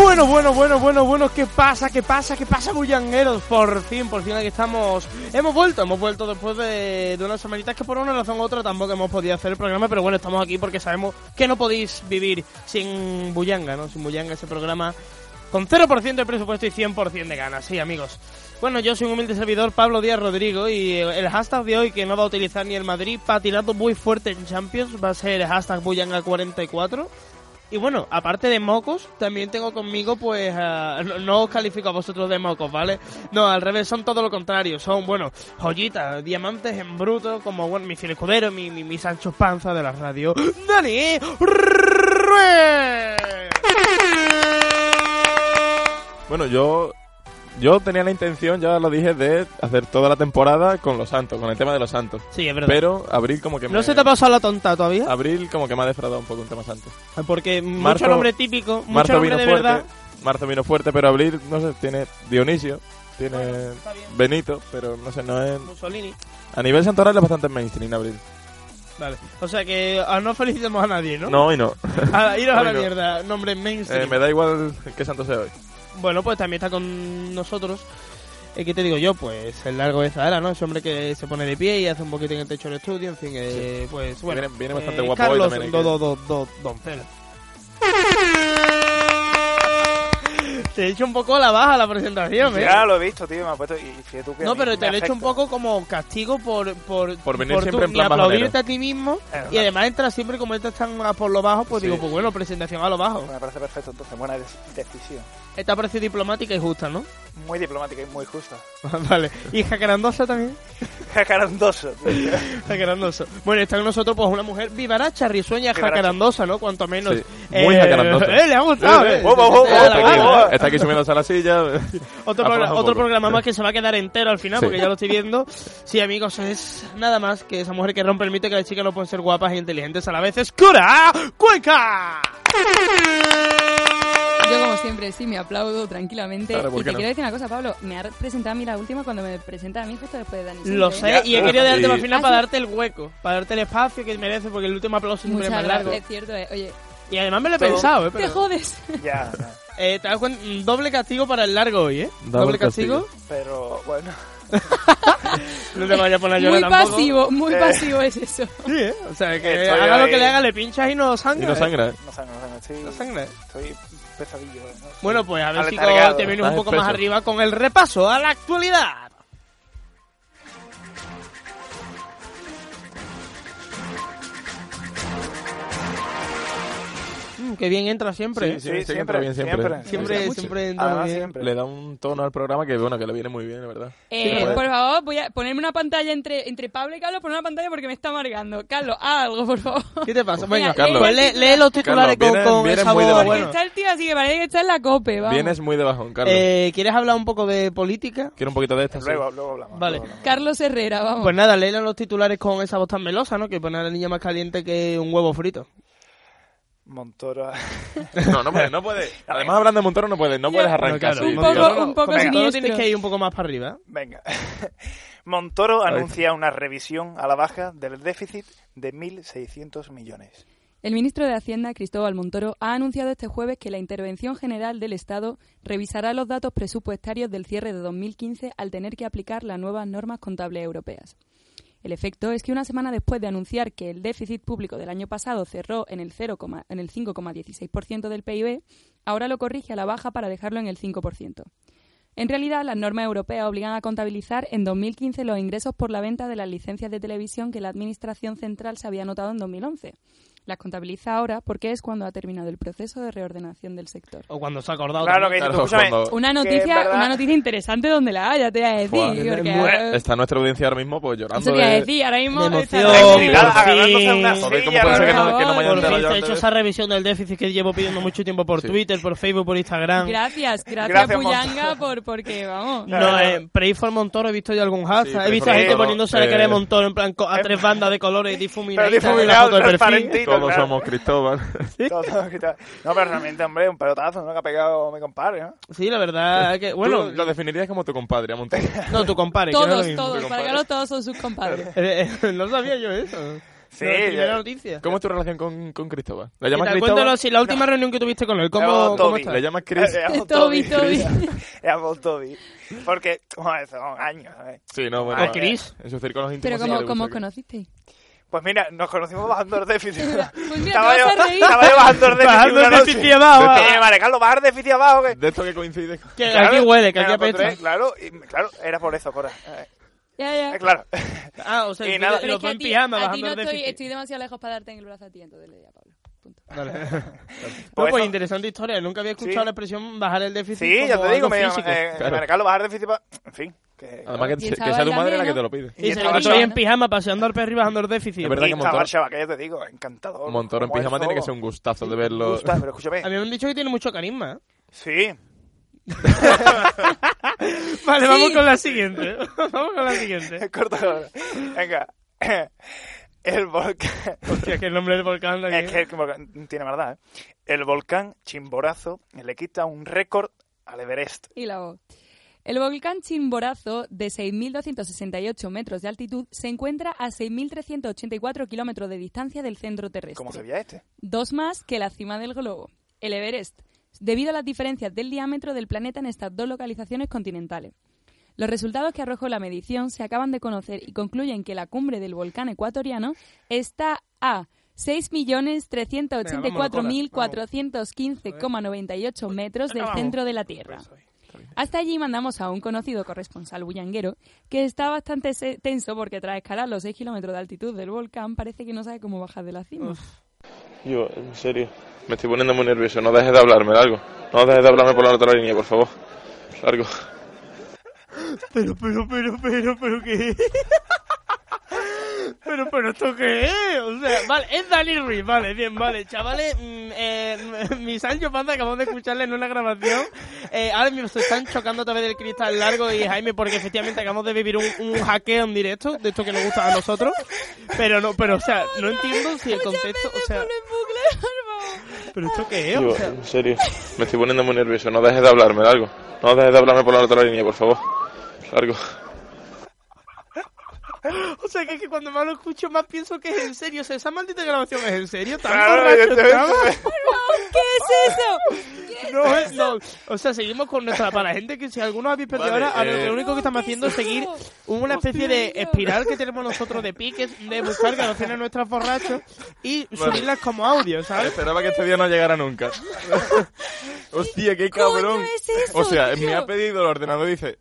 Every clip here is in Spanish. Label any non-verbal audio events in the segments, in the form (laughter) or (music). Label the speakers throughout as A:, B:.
A: Bueno, bueno, bueno, bueno, bueno, ¿qué pasa? ¿Qué pasa? ¿Qué pasa, bullangueros? Por fin, por fin aquí estamos. Hemos vuelto, hemos vuelto después de, de unas semanitas que por una razón u otra tampoco hemos podido hacer el programa, pero bueno, estamos aquí porque sabemos que no podéis vivir sin bullanga, ¿no? Sin bullanga ese programa con 0% de presupuesto y 100% de ganas, sí, amigos. Bueno, yo soy un humilde servidor, Pablo Díaz Rodrigo, y el hashtag de hoy que no va a utilizar ni el Madrid, patinando muy fuerte en Champions, va a ser el hashtag bullanga44. Y bueno, aparte de mocos, también tengo conmigo, pues, a- no, no os califico a vosotros de mocos, ¿vale? No, al revés, son todo lo contrario. Son, bueno, joyitas, diamantes en bruto, como, bueno, mi fiel escudero, mi, mi, mi Sancho Panza de la radio, Dani Ruiz.
B: Bueno, yo yo tenía la intención, ya lo dije, de hacer toda la temporada con los Santos, con el tema de los Santos.
A: Sí, es verdad.
B: Pero abril como que
A: ¿No
B: me,
A: se te ha pasado la tonta todavía?
B: abril como que me ha defraudado un poco un tema Santos.
A: Porque
B: Marzo-
A: mucho nombre típico, mucho
B: Marzo
A: nombre
B: vino
A: de
B: fuerte,
A: verdad.
B: marzo vino fuerte, pero abril no sé, tiene Dionisio, tiene
A: está bien.
B: Benito, pero no sé, no es
A: Mussolini.
B: a nivel santoral es bastante mainstream abril.
A: Vale. O sea que ah, no felicitemos a nadie, ¿no?
B: No y no.
A: (laughs) A, iros a la
B: Bueno.
A: mierda, nombre mainstream.
B: Eh, me da igual qué santo sea hoy.
A: Bueno, pues también está con nosotros. Eh, ¿Qué te digo yo? Pues el largo de Zahara, ¿no? Ese hombre que se pone de pie y hace un boquete en el techo del estudio, en fin, eh, pues bueno.
B: Viene- viene
A: eh,
B: bastante guapo hoy
A: Carlos,
B: también, hay
A: do,
B: que-
A: do, do, do- Doncel. (laughs) Te he hecho un poco la baja la presentación, ¿eh?
C: Ya lo he visto, tío, me ha puesto. Y fíjate tú que a
A: No,
C: mí
A: pero
C: me
A: te lo he hecho un
C: afecta.
A: poco como castigo por... Por,
B: Por venir
A: tu-
B: siempre en
A: ni
B: plan
A: aplaudirte
B: bajonero.
A: a ti mismo.
C: Es
A: Y
C: verdad.
A: además entras siempre como estas están a por lo bajo, pues
B: Sí.
A: digo, pues
C: (laughs)
A: bueno, presentación a lo bajo.
C: Me parece perfecto, entonces, buena des- decisión.
A: Esta parece diplomática y justa, ¿no?
C: Muy diplomática y muy justa.
A: (laughs) vale. Y jacarandosa también.
C: (laughs) Jacarandoso, tío.
A: Jacarandosa. Bueno, está con (laughs) nosotros pues una mujer vivaracha, risueña,
C: Vivaracha.
A: jacarandosa, ¿no? Cuanto menos.
B: Sí, muy jacarandosa.
A: Eh, le ha gustado, eh.
C: Guau, guau, guau,
A: Se te da la
C: guau,
A: gana.
C: guau.
B: Está aquí Ah, pues, subiéndose a la (laughs) silla. Aplauso
A: Otro, progra-
B: un
A: otro
B: poco.
A: programa más que se va a quedar entero al final,
B: Sí.
A: porque ya lo estoy viendo. Sí, amigos, es nada más que esa mujer que rompe el mito que las chicas no pueden ser guapas e inteligentes a la vez. ¡Es Cura Cuenca!
D: Yo, como siempre, sí, me aplaudo tranquilamente.
B: Claro, ¿por
D: y
B: qué
D: te
B: no?
D: quiero decir una cosa, Pablo. Me ha presentado a mí la última cuando me presenta a mí justo después de Dani.
A: Lo
D: Sánchez,
A: sé,
D: ¿eh?
A: y he querido darte
B: Sí.
A: más final
D: Ah,
A: para
D: sí.
A: darte el hueco, para darte el espacio que merece, porque el último aplauso
D: Muchas
A: siempre es más
D: gracias,
A: largo.
D: es cierto. eh. Oye,
A: Y además me lo he
C: Todo.
A: pensado, ¿eh?
D: te
A: Pero,
D: jodes.
C: Ya, ya.
A: eh, te das cuenta, mm, doble castigo para el largo hoy, ¿eh? Doble,
B: Doble
A: castigo.
C: pero bueno.
A: No te vayas a poner a
D: Muy
A: llorar tampoco.
D: pasivo, muy
C: Eh.
D: pasivo es eso.
A: Sí, ¿eh? O sea, que
C: Estoy
A: haga lo
C: ahí.
A: que le haga, le pinchas y no
B: Y
A: sangra.
B: no
A: ¿eh?
B: sangra, ¿eh?
C: No sangre, no sangre. Estoy,
A: No sangra.
C: estoy pesadillo. ¿no? Estoy
A: Bueno, pues a ver si
C: aletargado.
A: te vienes un
B: Estás
A: poco
B: espeso.
A: más arriba con el repaso a la actualidad. Mm, que bien entra siempre. ¿eh?
B: Sí, sí, siempre, bien, siempre.
A: Siempre,
C: Mucho.
A: siempre entra muy
C: Además,
A: bien.
C: siempre.
B: Le da un tono al programa que, bueno, que le viene muy bien, la verdad.
D: Eh,
B: joder.
D: por favor, voy a ponerme una pantalla entre, entre Pablo y Carlos. Poner una pantalla porque me está amargando. Carlos, haz algo, por favor.
A: ¿Qué te pasa?
D: Mira, eh,
A: Venga,
B: Carlos.
A: pues lee, lee los titulares con-
B: vienen-
A: con,
B: vienen
A: esa
B: muy de
A: voz,
B: bajón.
D: Porque
A: bueno.
D: está el tío así que parece que está en la cope, vamos.
B: Vienes muy de bajón, Carlos.
A: Eh, ¿Quieres hablar un poco de política?
B: Quiero un poquito de esta. sí.
C: Luego, luego hablamos.
A: Vale.
C: luego hablamos.
D: Carlos Herrera, vamos.
A: Pues nada, lean los titulares con esa voz tan melosa, ¿no? Que pone a la niña más caliente que un huevo frito.
C: Montoro.
B: No,
A: (laughs)
B: no puede, no puede. Además, hablando de Montoro, no puede, no puedes arrancar.
A: claro,
B: así,
D: un
B: tío.
D: poco-
A: Montoro no-
D: un poco
A: Montoro
D: siniestro.
A: tienes que ir un poco más para arriba.
C: Venga. (laughs) Montoro anuncia una revisión a la baja del déficit de 1.600 millones.
D: El ministro de Hacienda, Cristóbal Montoro, ha anunciado este jueves que la Intervención General del Estado revisará los datos presupuestarios del cierre de 2015 al tener que aplicar las nuevas normas contables europeas. El efecto es que una semana después de anunciar que el déficit público del año pasado cerró en el, 0, coma- en el 5,16% del PIB, ahora lo corrige a la baja para dejarlo en el 5%. En realidad, las normas europeas obligan a contabilizar en 2015 los ingresos por la venta de las licencias de televisión que la Administración Central se había anotado en 2011. Las contabiliza ahora porque es cuando ha terminado el proceso de reordenación del sector.
A: O cuando se ha acordado.
C: Claro que
A: también.
C: dices tú,
B: Claro,
C: escúchame,
B: cuando-
D: Una
C: que es
D: noticia,
C: verdad.
D: una noticia interesante donde la haya, te voy a
B: Buah,
D: decir. porque
A: es muy-
D: ahora-
B: Está nuestra audiencia ahora mismo pues llorando.
D: Eso te iba a
B: de-
D: decir, ahora mismo.
A: de
D: está-
A: emoción,
B: Sí,
C: Nada,
A: por
C: agarrándose
A: fin.
C: una
B: Joder, ¿cómo
C: silla,
B: puede ser que
C: por
B: no, que no me hayan
D: Por
A: Por
B: enterado yo
A: fin se ha
B: antes
A: hecho
B: de-
A: esa revisión del déficit que llevo pidiendo mucho tiempo por
B: Sí.
A: Twitter, por Facebook, por Instagram.
D: Gracias, gracias,
C: Gracias,
D: Puyanga, por, porque vamos.
A: No, eh, Preifor Montoro, he visto yo algún hashtag.
B: Sí,
A: he visto
B: Preifor
A: gente
B: Montoro,
A: poniéndose a
B: eh,
A: querer Montoro en plan co- a tres bandas
C: (laughs)
A: de colores difuminadas.
C: eh, Pero
A: en la
C: difuminado,
A: foto de perfil.
C: transparente.
B: Todos
C: Claro.
B: somos Cristóbal.
C: Todo, todo quitado. No, pero realmente, hombre, un pelotazo, ¿no? Que ha pegado mi compadre, ¿no?
A: Sí, la verdad que. Bueno,
B: Tú lo definirías como tu compadre, a Montero.
A: no, tu compadre. que no es lo
D: Todos,
A: mismo.
D: todos, para que ahora todos son sus compadres.
A: (laughs) Eh, eh, no sabía yo eso.
C: Sí,
A: No, primera
C: ya-
A: noticia.
B: ¿Cómo es tu relación con, con Cristóbal? ¿Le
A: ¿Qué
B: llamas
A: tal?
B: Cristóbal?
A: Cuéntanos si la última reunión que tuviste con él, ¿cómo,
C: Llamado
A: cómo
C: Toby.
A: está?
B: ¿Le llamas Chris?
A: (laughs)
C: Eh, llamo
D: Toby,
C: (laughs)
D: Toby.
C: Llamo Toby. Porque, bueno, son años. ¿eh? Ah, ¿sabes?
B: Sí, no,
A: ¿A
B: bueno.
A: Ah,
B: eh,
A: Chris?
B: En sus círculos
D: Pero
B: íntimos. sí que
D: como,
B: le
D: como
B: gusta que-
D: conocisteis.
C: Pues mira, nos conocimos bajando el déficit.
D: Pues (laughs) mira,
C: estaba,
D: te
C: yo,
D: vas a reír.
C: estaba yo bajando el déficit.
A: Bajando
C: una
A: el
C: noche.
A: déficit abajo,
C: Sí,
A: ah.
C: vale, Carlos, bajar el déficit abajo. Que,
B: De esto que coincide con...
A: Que
C: Claro,
A: aquí huele, que
C: me
A: aquí
C: lo encontré,
A: apesta.
C: Claro, y, claro, era por eso, Cora. Eh,
D: Ya,
C: eh,
D: ya.
C: claro.
A: Ah, o sea,
C: Y
A: y
C: nada.
A: nada,
D: Pero es
A: los
D: que
A: dos
D: a
A: en
D: ti,
A: pijama
D: a ti
A: bajando
D: no
A: el
D: estoy,
A: déficit.
D: estoy demasiado lejos para darte en el brazo a ti, entonces le di a Pablo. Punto.
A: (laughs) Vale. No,
C: Pues
A: pues
C: eso-
A: interesante historia. Nunca había escuchado
C: Sí.
A: la expresión bajar el déficit.
C: Sí,
A: como
C: ya te digo,
A: algo
C: me
A: físico.
C: eh,
B: Claro.
C: Mari Carlos, bajar el déficit abajo. En fin. Que,
B: Además que,
D: Y el
B: que sea
D: chaval
B: tu madre la que
D: también,
B: te
D: ¿no?
B: lo pide.
C: Y
A: Y se
C: estaba
A: lo estoy en
C: chaval.
A: pijama paseando al perro y bajando el déficit.
B: Es verdad
C: y
B: que
C: estaba
B: Montoro-
C: el chaval, que ya te digo, encantador.
B: Montoro en
C: Como el
B: pijama tiene que ser
C: fuego.
B: un gustazo de
C: Me
B: verlo.
C: gusta, pero escúchame.
A: A mí me han dicho que tiene mucho carisma.
C: Sí.
A: (laughs) Vale, (laughs)
D: Sí.
A: vamos con la (laughs) siguiente. vamos con la
C: (laughs)
A: siguiente.
C: Corta. Venga. (laughs) El volcán.
A: Hostia, que el nombre del volcán. de aquí.
C: Es que el volcán tiene maldad, ¿eh? El volcán Chimborazo le quita un récord al Everest.
D: Y la voz. El volcán Chimborazo, de 6.268 metros de altitud, se encuentra a 6.384 kilómetros de distancia del centro terrestre.
C: ¿Cómo se veía este?
D: dos más que la cima del globo, el Everest, debido a las diferencias del diámetro del planeta en estas dos localizaciones continentales. Los resultados que arrojó la medición se acaban de conocer y concluyen que la cumbre del volcán ecuatoriano está a 6.384.415,98 metros del
A: Acabamos.
D: centro de la Tierra. Hasta allí mandamos a un conocido corresponsal bullanguero que está bastante se- tenso porque tras escalar los 6 kilómetros de altitud del volcán parece que no sabe cómo bajar de la cima.
B: Yo, en serio. Me estoy poniendo muy nervioso. No dejes de hablarme, largo. No dejes de hablarme por la otra línea, por favor. Largo.
A: Pero, pero, pero, pero, pero, ¿qué? (laughs) pero, pero, ¿esto qué es? O sea, vale, es Dani Ruiz, vale, bien, vale. Chavales, mm, eh, (laughs) mi Sancho Panza acabamos de escucharle en una grabación. Eh, ahora mismo se están chocando a través del cristal largo y Jaime porque efectivamente acabamos de vivir un, un hackeo en directo, de esto que nos gusta a nosotros. Pero no, pero, o sea, no entiendo si el contexto, o sea, pero ¿esto qué es? O sea,
B: en serio. Me estoy poniendo muy nervioso. No dejes de hablarme, largo. No dejes de hablarme por la otra línea, por favor. Largo.
A: (gasps) o sea, que es que cuando más lo escucho más pienso que es en serio. O sea, esa maldita grabación es en serio, tan
C: Claro,
A: borracho
C: evidentemente. (laughs)
A: estaba?
D: ¿Qué es
A: (laughs)
D: eso?
A: No, eh, no. O sea, seguimos con nuestra. Para la gente que si alguno habéis perdido
B: Vale,
A: ahora, ahora
B: eh.
A: lo único que estamos
D: ¿Qué es
A: haciendo es
D: eso?
A: seguir una especie de
D: Hostia,
A: espiral que tenemos nosotros de piques, de buscar canciones nuestras borrachos y subirlas como audio, ¿sabes?
B: Esperaba que este día no llegara
A: (laughs)
B: nunca. Hostia, qué cabrón.
D: coño es eso,
B: o sea,
D: tío?
B: me ha pedido el ordenador dice,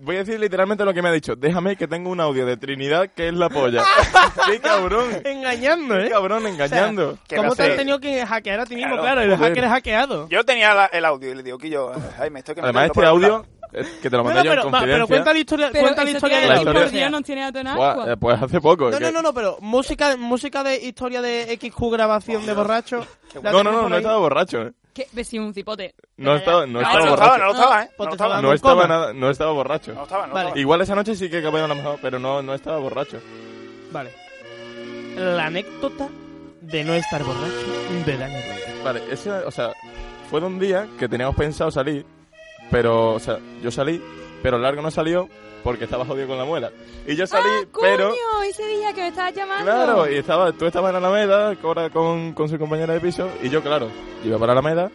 B: voy a decir literalmente lo que me ha dicho. Déjame que tengo un audio de Trinidad que es la polla.
A: (laughs)
B: qué cabrón.
A: Engañando,
B: Qué
A: ¿eh?
B: cabrón engañando.
C: que
A: ¿Cómo
C: me
A: te has
C: hace-
A: tenido que hackear a ti mismo?
C: Claro,
A: Claro, el
B: joder.
A: hacker es hackeado.
C: Yo tenía la- el audio y le digo, Quillo, eh, ay, me estoy que
B: Además,
C: meterlo por
B: este
C: el
B: audio
C: lado".
B: eh, que te lo
A: No,
B: mandé
A: no,
B: yo en
A: pero, va,
B: confidencia.
A: pero cuenta la historia,
D: Pero
A: cuenta la
D: eso
A: historia
D: tiene-
A: de
B: la
A: la
D: ay,
B: historia.
D: por Dios, no tiene dato en
B: Buah, eh,
D: agua.
B: pues hace poco.
A: No,
B: que-
A: no, no, no, pero música, música de historia de XQ grabación de borracho. la
B: no, no,
A: tenéis
B: no,
A: por
B: no
A: ahí.
B: estaba borracho. eh.
D: ¿Qué? Ve, sí, un cipote.
B: No estaba, no
D: Ah,
C: No,
B: estaba
C: no estaba, no
B: borracho.
C: lo estaba, ¿eh? No
A: Pues
C: lo
A: te
C: estaba.
A: estaba-
B: No estaba
A: coma.
B: nada, no estaba
C: No
B: borracho.
C: estaba, no
A: Vale.
C: estaba.
B: Igual esa noche sí que acabé a lo mejor, pero no, no estaba borracho.
A: Vale. La anécdota de no estar borracho de Dani Reyes.
B: Vale, ese, o sea, fue de un día que teníamos pensado salir, pero, o sea, yo salí, pero Largo no salió porque estaba jodido con la muela. Y yo salí,
D: ¡Ah,
B: pero...
D: coño! Ese día que me estabas llamando.
B: Claro, y estaba, tú estabas en Alameda, Cora con, con su compañera de piso, y yo, claro, iba para Alameda,